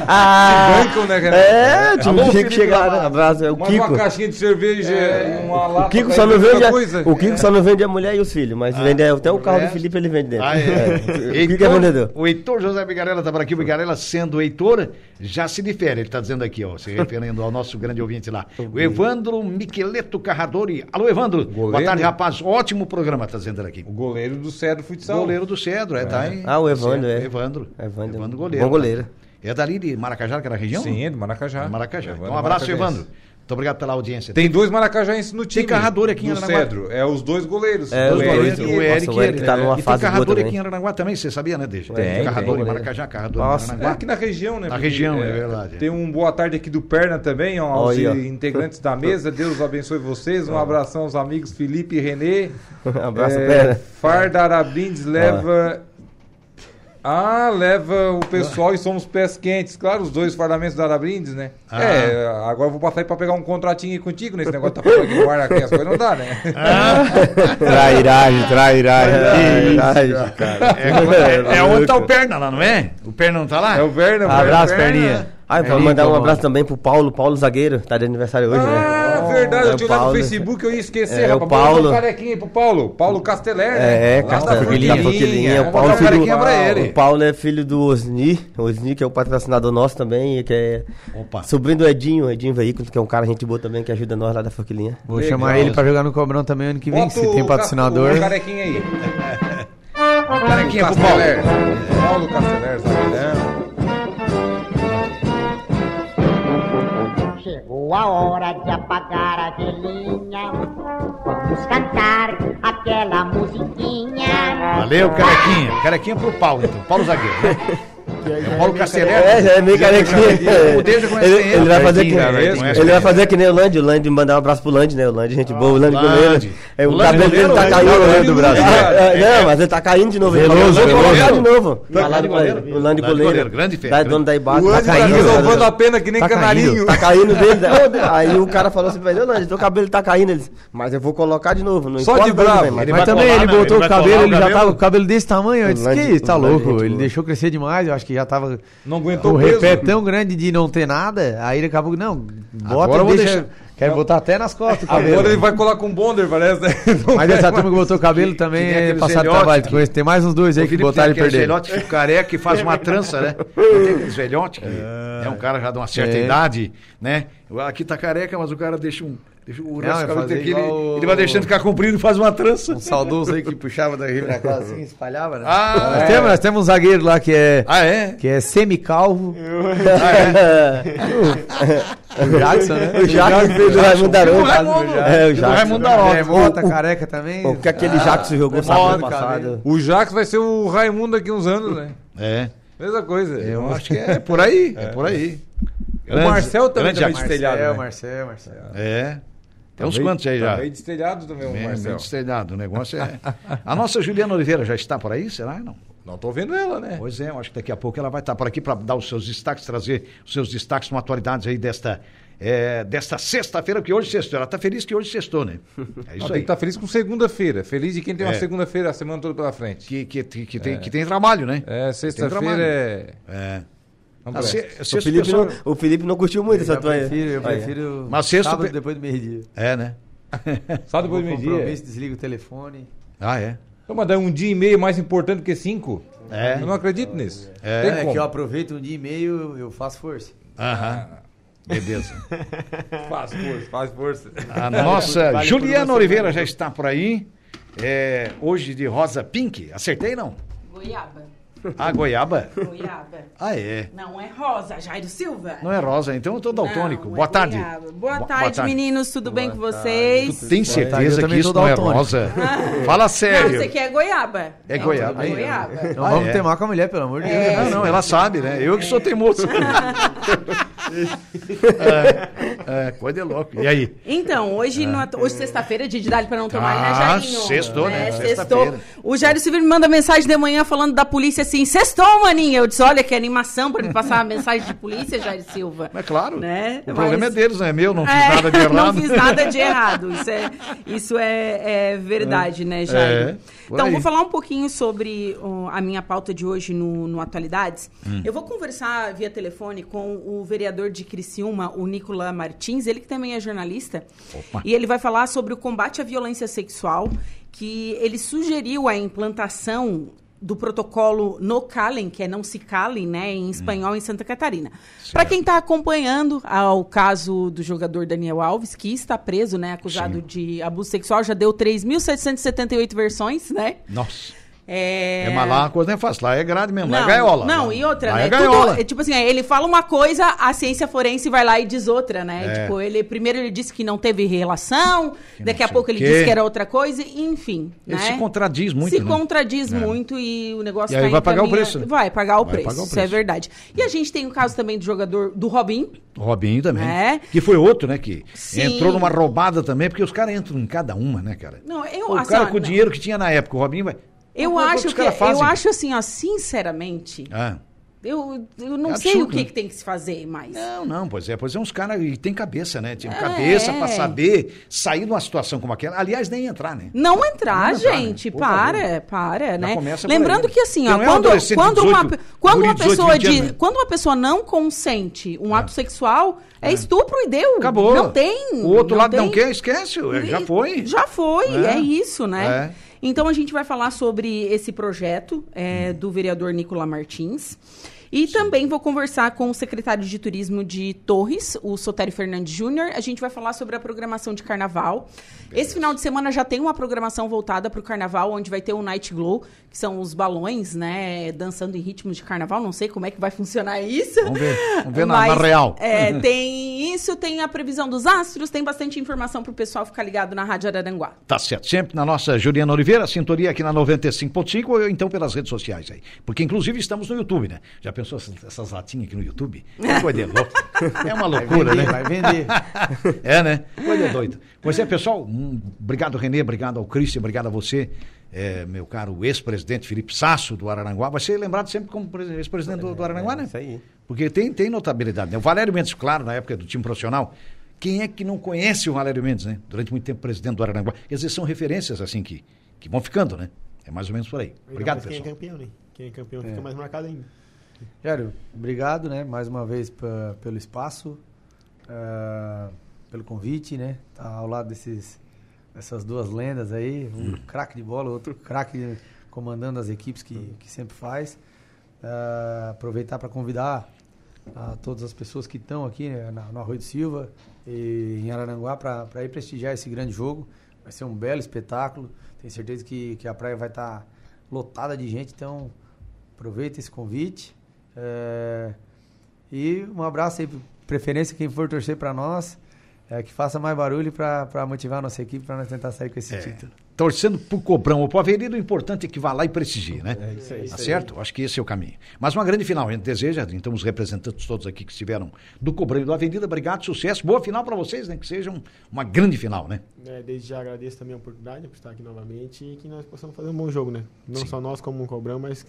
Speaker 5: aí.
Speaker 3: Bancam, né, Renato?
Speaker 5: Ah. É, o time
Speaker 3: Alô,
Speaker 5: de rico
Speaker 3: Felipe
Speaker 5: chegaram.
Speaker 3: Lamarca.
Speaker 5: Abraço, é o
Speaker 3: Mais uma
Speaker 5: Kiko.
Speaker 3: caixinha de cerveja e uma lata.
Speaker 5: O Kiko,
Speaker 3: pra
Speaker 5: só
Speaker 3: ele,
Speaker 5: não vende
Speaker 3: outra
Speaker 5: a,
Speaker 3: coisa.
Speaker 5: o Kiko só não vende a mulher e os filhos, mas vende até o carro do
Speaker 4: resto-
Speaker 5: Felipe ele vende dentro.
Speaker 4: Ah, é.
Speaker 5: O Kiko é vendedor.
Speaker 4: o Heitor José Bigarella está por aqui. O Bigarella, sendo Heitor, já se difere. Ele está dizendo aqui, ó, se referindo ao nosso grande ouvinte lá. O Evandro Miqueleto Carradori. Alô, Evandro. Boa
Speaker 3: Goleiro.
Speaker 4: tarde, rapaz. Ótimo programa, está dizendo ele aqui.
Speaker 3: O goleiro do Cedro Futsal.
Speaker 4: Goleiro do Cedro, é, tá aí.
Speaker 5: Ah, o Evandro,
Speaker 4: Certo,
Speaker 5: é.
Speaker 4: Evandro.
Speaker 5: Evandro,
Speaker 4: Evandro
Speaker 5: bom
Speaker 4: goleiro.
Speaker 5: goleiro. tá.
Speaker 4: É dali de Maracajá, que era a região?
Speaker 3: Sim, é do Maracajá.
Speaker 4: Maracajá.
Speaker 3: Evandro
Speaker 4: Então, um abraço,
Speaker 3: Maracajense.
Speaker 4: Evandro. Muito obrigado pela audiência.
Speaker 3: Tem dois maracajaenses no time.
Speaker 4: carrador aqui em
Speaker 3: no
Speaker 4: Aranaguá.
Speaker 3: Cedro. É os dois goleiros.
Speaker 5: É,
Speaker 3: o
Speaker 5: os
Speaker 4: né?
Speaker 3: Eric
Speaker 5: dois.
Speaker 3: e o
Speaker 5: Nossa, o Eric tá numa
Speaker 4: e
Speaker 5: fase
Speaker 4: tem
Speaker 5: boa
Speaker 4: carrador
Speaker 5: também.
Speaker 4: aqui em Aranaguá também, você sabia, né, Deixa?
Speaker 2: Tem, tem
Speaker 4: carrador em
Speaker 2: goleiro.
Speaker 4: Maracajá, carrador
Speaker 5: Nossa,
Speaker 4: em
Speaker 3: É
Speaker 4: Aranaguá.
Speaker 3: aqui na região, né?
Speaker 4: Na
Speaker 3: Porque,
Speaker 4: região, é verdade.
Speaker 3: Tem um boa tarde aqui do Perna também, ó, aos
Speaker 5: Olha aí, ó.
Speaker 3: integrantes da mesa. Deus abençoe vocês. Um abração aos amigos Felipe e Renê.
Speaker 4: Um
Speaker 5: Abraço,
Speaker 3: É,
Speaker 5: pera.
Speaker 3: Farda Arabindes leva. Ah, leva o pessoal e somos pés quentes. Claro, os dois fardamentos da Arabindes, né?
Speaker 4: Ah.
Speaker 3: É, agora eu vou passar aí pra pegar um contratinho aí contigo nesse negócio. Tá falando que o ar aqui as coisas não dá, né?
Speaker 4: É.
Speaker 6: Trairagem,
Speaker 5: É,
Speaker 6: trairagem.
Speaker 5: Verdade, cara.
Speaker 4: É, é onde tá o perna lá, não é? O perna não tá lá?
Speaker 3: É o Werner. o
Speaker 6: Abraço,
Speaker 3: Werner.
Speaker 6: perninha. tá
Speaker 5: Ah, pra
Speaker 6: Eric,
Speaker 5: mandar um
Speaker 6: ó.
Speaker 5: abraço também pro Paulo, Paulo Zagueiro, tá de aniversário hoje,
Speaker 3: Ah,
Speaker 5: né?
Speaker 3: verdade,
Speaker 5: É
Speaker 3: eu
Speaker 5: o
Speaker 3: tinha olhado no
Speaker 5: Paulo.
Speaker 3: Facebook, eu ia esquecer,
Speaker 5: É,
Speaker 3: Bora
Speaker 5: o
Speaker 3: dar um
Speaker 5: Paulo.
Speaker 3: carequinha aí pro Paulo. Paulo Casteler, né?
Speaker 5: É,
Speaker 3: Lá
Speaker 5: é,
Speaker 3: da
Speaker 5: Castelo
Speaker 3: Forquilinha.
Speaker 5: da Forquilinha.
Speaker 3: Vamos
Speaker 5: O Paulo,
Speaker 3: dar
Speaker 5: é
Speaker 3: um
Speaker 5: filho,
Speaker 3: carequinha pra ele.
Speaker 5: o Paulo é filho do Osni, Osni que é o patrocinador nosso também, e que é
Speaker 4: Opa.
Speaker 5: sobrinho do Edinho, Edinho Veículo, que é um cara gente boa também, que ajuda nós lá da Forquilinha.
Speaker 2: Vou
Speaker 3: Legal.
Speaker 2: chamar ele pra jogar no Cobrão também ano que vem,
Speaker 3: Bota
Speaker 2: se
Speaker 3: o
Speaker 2: tem
Speaker 3: Cas-
Speaker 2: patrocinador.
Speaker 3: o carequinha aí.
Speaker 4: Carequinha pro Paulo.
Speaker 3: Casteler. Paulo Casteler, sabe?
Speaker 9: Chegou a hora de apagar a velhinha. Vamos cantar aquela musiquinha.
Speaker 4: Valeu, carequinha. Carequinha pro Paulo, então. Paulo Zagueiro, né? É o Paulo
Speaker 5: É,
Speaker 4: Castelé.
Speaker 5: já é meio carequinha.
Speaker 4: O Deja conhece
Speaker 5: Ele,
Speaker 4: quem é.
Speaker 5: ele vai fazer que,
Speaker 4: Carequinha,
Speaker 3: né?
Speaker 5: ele,
Speaker 3: Conhece
Speaker 5: vai fazer que nem o Land, o Land mandar um abraço pro Land, né? O Land, gente boa, o Land
Speaker 4: Landi.
Speaker 5: goleiro. É,
Speaker 4: O
Speaker 5: o
Speaker 4: Landi
Speaker 5: cabelo dele
Speaker 4: goleiro,
Speaker 5: tá caindo.
Speaker 4: né? O Landi
Speaker 5: do
Speaker 4: goleiro.
Speaker 5: Não, mas ele tá caindo de novo. Ele
Speaker 6: Veloso,
Speaker 5: falou, "Vou
Speaker 6: veloso.
Speaker 5: jogar de novo. Tá lá de
Speaker 4: goleiro.
Speaker 5: goleiro. O Land
Speaker 4: Landi goleiro,
Speaker 5: goleiro.
Speaker 4: grande fé,
Speaker 5: Tá
Speaker 4: grande.
Speaker 5: dono da Ibaca.
Speaker 3: O Andy
Speaker 5: tá
Speaker 3: tá
Speaker 5: caindo,
Speaker 3: resolvendo a pena que nem
Speaker 2: Tá caindo.
Speaker 3: canarinho.
Speaker 5: Tá caindo dele. Ô, Aí o cara falou assim pra ele, ô Land, teu cabelo tá caindo. Ele disse, mas eu vou colocar de novo. Não
Speaker 2: Só
Speaker 5: importa
Speaker 2: de
Speaker 5: onde
Speaker 2: bravo.
Speaker 5: vem, mas
Speaker 2: Mas
Speaker 4: Ele vai
Speaker 2: também
Speaker 4: colar,
Speaker 2: ele
Speaker 4: né?
Speaker 2: botou
Speaker 4: Ele vai
Speaker 2: o cabelo,
Speaker 4: colar o
Speaker 2: ele já
Speaker 4: cabelo.
Speaker 2: tava com o cabelo desse tamanho. Eu disse,
Speaker 5: Landi-
Speaker 2: que tá
Speaker 5: o Landi é
Speaker 2: louco.
Speaker 5: gente
Speaker 2: Ele
Speaker 5: boa.
Speaker 2: deixou crescer demais, eu acho que já tava.
Speaker 3: Não
Speaker 2: O
Speaker 3: aguentou peso.
Speaker 2: repé é tão grande de não ter nada, aí ele acabou que não, bota
Speaker 3: Agora eu
Speaker 2: e
Speaker 3: vou
Speaker 2: deixa.
Speaker 3: deixar.
Speaker 2: Quero botar até nas costas o cabelo.
Speaker 3: Agora ele vai colar com bonder, parece, né? Não
Speaker 2: Mas
Speaker 3: vai
Speaker 2: essa
Speaker 3: mais.
Speaker 2: turma que botou o cabelo também
Speaker 4: que nem
Speaker 2: é
Speaker 4: aquele
Speaker 2: passado
Speaker 4: Zeliotti
Speaker 2: trabalho.
Speaker 4: que-
Speaker 2: com esse. Tem mais uns dois aí que botaram e perderam.
Speaker 4: velhote que fica careca e faz uma trança, né? Não Tem aqueles velhote que é. um cara já de uma certa
Speaker 2: É.
Speaker 4: idade, né? Aqui tá careca, mas o cara deixa um. Deixa o
Speaker 2: Não,
Speaker 4: rosto
Speaker 2: é
Speaker 4: cabelo
Speaker 2: fazer
Speaker 4: daqui, ele,
Speaker 2: igual o-
Speaker 4: ele vai deixando ficar comprido e faz uma trança.
Speaker 2: Um saudoso aí que puxava da riba na casa assim, espalhava, né?
Speaker 4: Ah,
Speaker 2: Nós, temos, nós temos um zagueiro lá que é,
Speaker 4: ah, é?
Speaker 2: que é semicalvo.
Speaker 5: O Jackson, né? O Jackson fez o Raimundo
Speaker 4: O
Speaker 5: Daronco.
Speaker 4: Raimundo.
Speaker 5: É, o Jackson.
Speaker 4: Raimundo Daronco.
Speaker 2: É, bota careca também.
Speaker 5: O que aquele Jackson jogou sábado passado.
Speaker 3: O Jax vai ser o Raimundo daqui uns anos, né?
Speaker 4: É.
Speaker 3: Mesma coisa.
Speaker 4: Eu acho que é por aí. É, por aí. Grande-
Speaker 3: o Marcel também
Speaker 4: grande
Speaker 3: tá meio
Speaker 4: Jackson.
Speaker 3: destelhado.
Speaker 2: Marcel,
Speaker 3: né?
Speaker 2: Marcel, Marcel.
Speaker 4: É. Tem uns quantos aí já?
Speaker 3: Tá meio destelhado também o
Speaker 4: Bem,
Speaker 3: Marcel.
Speaker 4: bem destelhado. O negócio é. A nossa Juliana Oliveira já está por aí? Será? Não.
Speaker 3: Não tô vendo ela, né?
Speaker 4: Pois é, eu acho que daqui a pouco ela vai estar por aqui para dar os seus destaques, trazer os seus destaques com atualidades aí desta, é, desta sexta-feira, que hoje sextou. Ela está feliz que hoje sextou, né? É
Speaker 3: Não,
Speaker 4: isso
Speaker 3: tem que
Speaker 4: aí.
Speaker 5: então-
Speaker 3: estar feliz com segunda-feira. Feliz de quem tem uma
Speaker 4: É.
Speaker 3: segunda-feira a semana toda pela frente.
Speaker 4: Que, que, que, que tem, que tem trabalho, né?
Speaker 3: É, sexta-feira é.
Speaker 4: É.
Speaker 3: Não
Speaker 4: A se-
Speaker 3: presta.
Speaker 4: sexta
Speaker 5: O Felipe,
Speaker 4: Assim, pessoa-
Speaker 5: não, o Felipe não curtiu muito essa
Speaker 2: Eu
Speaker 5: tua
Speaker 2: prefiro, eu
Speaker 5: Olha.
Speaker 2: prefiro
Speaker 4: Mas sexto
Speaker 2: sábado
Speaker 4: pe-
Speaker 2: depois do meio-dia.
Speaker 4: É, né?
Speaker 3: Só depois do
Speaker 2: Vou
Speaker 3: meio-dia.
Speaker 2: compromisso, desliga o telefone.
Speaker 4: Ah, é.
Speaker 3: Então, mas daí um dia e meio mais importante que cinco?
Speaker 4: É.
Speaker 3: Eu não acredito nisso.
Speaker 4: É.
Speaker 3: Tem
Speaker 2: É
Speaker 3: como.
Speaker 2: que eu aproveito um dia e meio, eu- eu faço força.
Speaker 4: Aham. Beleza.
Speaker 3: Faz força, faz força.
Speaker 4: A nossa Juliana
Speaker 5: né?
Speaker 4: Oliveira já está por aí. É, hoje de rosa pink. Acertei, não?
Speaker 10: Goiaba.
Speaker 4: A goiaba.
Speaker 10: Goiaba.
Speaker 4: Ah, é.
Speaker 10: Não é rosa, Jairo Silva.
Speaker 4: Não é rosa, então eu tô daltônico.
Speaker 10: Não,
Speaker 4: Boa
Speaker 10: é
Speaker 4: tarde.
Speaker 10: goiaba. Boa tarde, meninos. Tudo bem com vocês?
Speaker 2: tarde, eu
Speaker 4: Tem certeza que
Speaker 2: também
Speaker 4: isso
Speaker 2: tô
Speaker 4: não é
Speaker 2: daltônico.
Speaker 4: rosa? Fala
Speaker 10: Ah. Não,
Speaker 4: sério.
Speaker 10: isso aqui é goiaba.
Speaker 4: É goiaba.
Speaker 10: É goiaba.
Speaker 2: Então
Speaker 4: Ah,
Speaker 2: vamos
Speaker 4: é?
Speaker 2: temar com a mulher, pelo amor de
Speaker 10: é
Speaker 2: Deus.
Speaker 4: Não, não, ela sabe, né? Eu que sou teimoso. é, é, coisa é louca. E aí?
Speaker 10: Então, hoje, no- hoje sexta-feira é dia de idade para não tomar,
Speaker 4: Ah,
Speaker 10: né, Jairinho?
Speaker 4: sextou, né?
Speaker 10: É,
Speaker 4: Sexta-feira.
Speaker 10: sextou. O Jairo Silva me manda mensagem de manhã falando da polícia assim, sextou, maninha. Eu disse, olha que animação para me passar uma mensagem de polícia, Jairo Silva.
Speaker 4: Mas claro,
Speaker 10: Né?
Speaker 4: o problema é
Speaker 10: Mas-
Speaker 4: deles, não é meu, não fiz
Speaker 10: É,
Speaker 4: nada de errado.
Speaker 10: Não fiz nada de errado. Isso é, isso é, é verdade, né, Jair?
Speaker 4: É, por
Speaker 10: então,
Speaker 4: aí.
Speaker 10: vou falar um pouquinho sobre ó, a minha pauta de hoje no, no Atualidades. Eu vou conversar via telefone com o vereador de Criciúma, o Nicola Martins, ele que também é jornalista. E ele vai falar sobre o combate à violência sexual, que ele sugeriu a implantação do protocolo no calem, que é não se calem, né, em espanhol em Santa Catarina. Para quem está acompanhando ah, o caso do jogador Daniel Alves, que está preso, né, acusado de abuso sexual, já deu 3.778 versões, né?
Speaker 4: Nossa.
Speaker 6: É,
Speaker 10: É,
Speaker 6: mas lá uma coisa não é fácil. Lá é grade mesmo, lá
Speaker 10: não,
Speaker 6: é gaiola.
Speaker 10: Não,
Speaker 6: Lá-
Speaker 10: e outra,
Speaker 6: lá
Speaker 10: né?
Speaker 6: É gaiola.
Speaker 10: Tudo- é tipo assim, ele fala uma coisa, a ciência forense vai lá e diz outra, né?
Speaker 6: É.
Speaker 10: Tipo, ele primeiro ele disse que não teve relação, daqui a
Speaker 4: sei
Speaker 10: pouco
Speaker 4: o
Speaker 10: ele
Speaker 4: quê.
Speaker 10: disse que era outra coisa, enfim.
Speaker 4: Ele
Speaker 10: né?
Speaker 4: se contradiz muito,
Speaker 10: Se
Speaker 4: né?
Speaker 10: contradiz
Speaker 4: É.
Speaker 10: muito e o negócio
Speaker 4: E aí
Speaker 10: tá
Speaker 4: vai pagar o
Speaker 10: encaminha-
Speaker 4: preço, né?
Speaker 10: Vai pagar o
Speaker 4: Vai
Speaker 10: preço,
Speaker 4: pagar o
Speaker 10: isso é
Speaker 4: preço.
Speaker 10: verdade. E a gente tem o caso também do jogador do Robin,
Speaker 4: Robinho também.
Speaker 10: É.
Speaker 4: Que foi outro, né? Que
Speaker 10: Sim.
Speaker 4: entrou numa roubada também, porque os caras entram em cada uma, né, cara?
Speaker 10: Não, eu
Speaker 4: o
Speaker 10: assim,
Speaker 4: cara
Speaker 10: ó,
Speaker 4: com o
Speaker 10: não.
Speaker 4: dinheiro que tinha na época, o Robinho vai.
Speaker 10: Eu
Speaker 4: Mas como é
Speaker 10: acho
Speaker 4: os
Speaker 10: que
Speaker 4: caras fazem?
Speaker 10: eu acho assim, ó, sinceramente,
Speaker 4: Ah.
Speaker 10: eu, eu não
Speaker 4: É
Speaker 10: sei o
Speaker 4: absurdo,
Speaker 10: que,
Speaker 4: né?
Speaker 10: que tem que se fazer mais.
Speaker 4: Não, não, pois é, pois é uns caras que tem cabeça, né? Tinha
Speaker 10: É.
Speaker 4: cabeça pra saber sair de uma situação como aquela. Aliás, nem entrar, né?
Speaker 10: Não entrar,
Speaker 4: Não entrar, né?
Speaker 10: gente,
Speaker 4: Por
Speaker 10: para,
Speaker 4: favor.
Speaker 10: para, né?
Speaker 4: começa por
Speaker 10: Lembrando
Speaker 4: aí.
Speaker 10: que assim, ó,
Speaker 4: Não é um
Speaker 10: quando,
Speaker 4: adolescente de
Speaker 10: quando,
Speaker 4: 18,
Speaker 10: uma, quando
Speaker 4: guri
Speaker 10: uma
Speaker 4: de 18,
Speaker 10: pessoa
Speaker 4: 20 anos,
Speaker 10: de-
Speaker 4: né?
Speaker 10: quando uma pessoa não consente um ato sexual, é, estupro e deu.
Speaker 4: Acabou.
Speaker 10: Não tem.
Speaker 4: O outro lado não
Speaker 10: tem.
Speaker 4: quer, esquece, ué, já foi.
Speaker 10: Já foi,
Speaker 4: É.
Speaker 10: é, isso, né?
Speaker 4: É.
Speaker 10: Então a gente vai falar sobre esse projeto é, do vereador Nicola Martins. E também vou conversar com o secretário de Turismo de Torres, o Sotério Fernandes Júnior. A gente vai falar sobre a programação de carnaval. Esse final de semana já tem uma programação voltada para o carnaval, onde vai ter o Night Glow, que são os balões, né? Dançando em ritmos de carnaval. Não sei como é que vai funcionar isso.
Speaker 4: Vamos ver, vamos ver na- na real.
Speaker 10: É, tem isso, tem a previsão dos astros, tem bastante informação pro pessoal ficar ligado na Rádio Araranguá.
Speaker 4: Tá certo. Sempre na nossa Juliana Oliveira, sintonia aqui na 95.5 ou então pelas redes sociais aí. Porque inclusive estamos no YouTube, né? Já pensou essas, essas latinhas aqui no YouTube? Que Coisa de louco. É uma loucura,
Speaker 2: vender,
Speaker 4: né?
Speaker 2: vai vender.
Speaker 4: É, né? Coisa de doido. Pois é, pessoal, hum, obrigado, Renê, obrigado ao Cristian, obrigado a você, é, meu caro ex-presidente Felipe Sasso do Araranguá. Vai ser lembrado sempre como presi- ex-presidente do, do Araranguá, né?
Speaker 5: Isso aí.
Speaker 4: Porque tem, tem notabilidade, né? O Valério Mendes, claro, na época do time profissional, quem é que não conhece o Valério Mendes, né? Durante muito tempo presidente do Araranguá. Quer dizer, são referências assim que, que vão ficando, né? É mais ou menos por aí. Obrigado,
Speaker 1: Mas Quem é
Speaker 4: pessoal.
Speaker 1: campeão, né? Quem é campeão fica mais marcado ainda.
Speaker 2: Jário, obrigado, né? Mais uma vez pa- pelo espaço, ah, pelo convite, né? Tá ao lado desses, dessas duas lendas aí, um craque de bola, outro craque comandando as equipes que, que sempre faz. Ah, aproveitar para convidar a todas as pessoas que estão aqui né, na, no Arroio de Silva e em Araranguá para ir prestigiar esse grande jogo. Vai ser um belo espetáculo. Tenho certeza que, que a praia vai estar lotada de gente, então aproveita esse convite. É, E um abraço aí, preferência quem for torcer para nós, é, que faça mais barulho para motivar a nossa equipe, para nós tentar sair com
Speaker 4: É.
Speaker 2: esse título.
Speaker 4: Torcendo pro Cobrão ou pro Avenida, o importante é que vá lá e prestigie, né? É isso aí. Tá certo? Acho que esse é o caminho. Mas uma grande final. A gente deseja, então, os representantes todos aqui que estiveram do Cobrão e do Avenida, obrigado, sucesso. Boa final para vocês, né? Que seja um- uma grande final, né?
Speaker 1: É, desde já agradeço também a oportunidade por estar aqui novamente e que nós possamos fazer um bom jogo, né? Não só nós como um cobrão, mas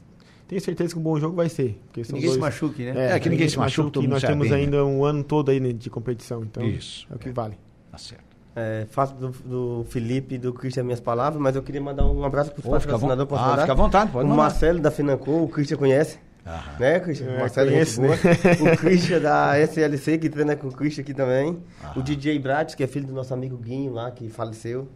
Speaker 1: tenho certeza que um bom jogo vai ser. Porque são
Speaker 2: Ninguém se
Speaker 1: dois...
Speaker 2: machuque, né?
Speaker 4: É, que ninguém se machuque, todo
Speaker 1: e
Speaker 4: mundo
Speaker 1: nós
Speaker 4: se
Speaker 1: temos
Speaker 4: alinha.
Speaker 1: ainda um ano todo aí né, de competição, então
Speaker 4: Isso,
Speaker 1: é o que
Speaker 4: é.
Speaker 1: vale.
Speaker 4: Tá certo.
Speaker 5: É, faço do, do Felipe e do Christian minhas palavras, mas eu queria mandar um abraço para os
Speaker 4: Ô, fica à
Speaker 5: patrocinadores.
Speaker 4: vontade.
Speaker 5: posso
Speaker 4: Ah,
Speaker 5: mandar?
Speaker 4: fica à vontade, pode
Speaker 5: O
Speaker 4: mandar.
Speaker 5: Marcelo da Financou, o Christian conhece. Né, Christian?
Speaker 1: É,
Speaker 5: O Marcelo é gente
Speaker 1: conheço,
Speaker 5: boa.
Speaker 1: né?
Speaker 5: O Christian da SLC, que treina com o Christian aqui também. O DJ Brat, que é filho do nosso amigo Guinho lá, que faleceu.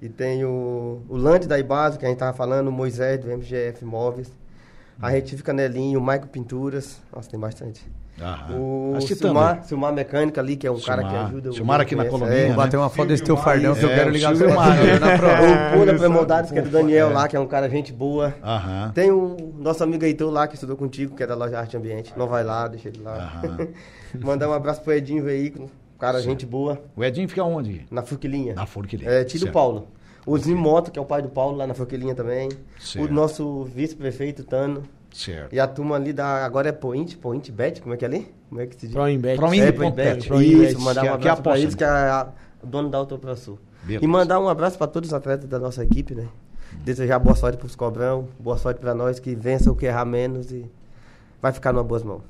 Speaker 5: E tem o, o Land da Ibaso, que a gente tava falando, o Moisés do MGF Móveis.
Speaker 4: Uhum.
Speaker 5: A Retífica Nelinho, o Maico Pinturas. Nossa, tem bastante.
Speaker 4: Aham.
Speaker 5: O
Speaker 4: Tá citando.
Speaker 5: Silmar, Silmar Mecânica ali, que é um cara que
Speaker 4: Silmar.
Speaker 5: ajuda o.
Speaker 4: Silmar aqui na
Speaker 5: conhece,
Speaker 4: Colômbia,
Speaker 5: é.
Speaker 4: né?
Speaker 2: Bater uma foto desse teu fardão que eu
Speaker 4: É,
Speaker 2: quero
Speaker 4: o
Speaker 2: ligar pro
Speaker 4: Silvio Maia.
Speaker 2: Matheus na prova.
Speaker 5: O Pula Premoldados, que é do Daniel lá, que é um cara gente boa.
Speaker 4: Aham.
Speaker 5: Tem o nosso amigo Heitor lá, que estudou contigo, que é da loja Arte e Ambiente. Não vai lá, deixa ele lá.
Speaker 4: Aham.
Speaker 5: Mandar um abraço pro Edinho Veículo, cara gente boa,
Speaker 4: O Edinho fica onde?
Speaker 5: na Forquilinha.
Speaker 4: Na Forquilinha,
Speaker 5: É, tio do
Speaker 4: certo.
Speaker 5: Paulo. O Zinho Moto, que é o pai do Paulo, lá na Forquilinha também.
Speaker 4: Certo.
Speaker 5: O nosso vice-prefeito, Tano.
Speaker 4: Certo.
Speaker 5: E a turma ali da... Agora é Point, Point Bet, como é que é ali? Como é que se diz?
Speaker 1: Proinbet.
Speaker 4: Proinbet.
Speaker 5: É,
Speaker 4: Inbet.
Speaker 5: Proinbet.
Speaker 1: Proinbet.
Speaker 5: Isso, mandar
Speaker 4: Que é-
Speaker 5: um
Speaker 4: que é a
Speaker 5: abraço pra
Speaker 4: aposta,
Speaker 5: eles,
Speaker 4: né?
Speaker 5: que é a- o dono da Autopraçu.
Speaker 4: Beleza.
Speaker 5: E mandar um abraço pra todos os atletas da nossa equipe, né? Desejar boa sorte pros cobrão, boa sorte pra nós, que vença o que errar menos e vai ficar numa boas mãos.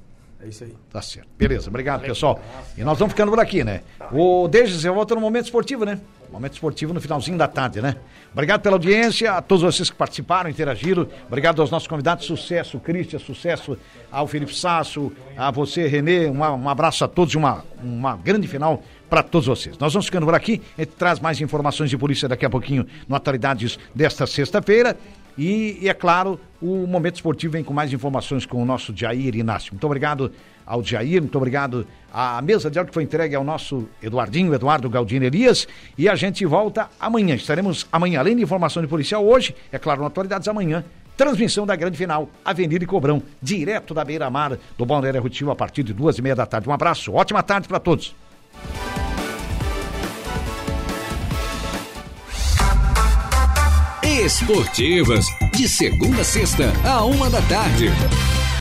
Speaker 2: É isso aí.
Speaker 4: Tá certo. Beleza, obrigado, pessoal. E nós vamos ficando por aqui, né? O Dejes, eu volto no momento esportivo, né? Momento esportivo no finalzinho da tarde, né? Obrigado pela audiência, a todos vocês que participaram, interagiram. Obrigado aos nossos convidados. Sucesso, Cristian, sucesso ao Felipe Sasso, a você, Renê. Um, a- um abraço a todos e uma, uma grande final para todos vocês. Nós vamos ficando por aqui. A gente traz mais informações de polícia daqui a pouquinho no Atualidades desta sexta-feira. E, e é claro, o Momento Esportivo vem com mais informações com o nosso Jair Inácio. Muito obrigado ao Jair, muito obrigado à mesa de áudio que foi entregue ao nosso Eduardinho, Eduardo Galdino Elias. E a gente volta amanhã. Estaremos amanhã, além de informação de policial hoje, é claro, no Atualidades amanhã, Transmissão da grande final, Avenida e Cobrão, direto da beira-mar do Balneário Rotinho, a partir de duas e meia da tarde. Um abraço, ótima tarde para todos.
Speaker 8: Esportivas, de segunda a sexta, a uma da tarde.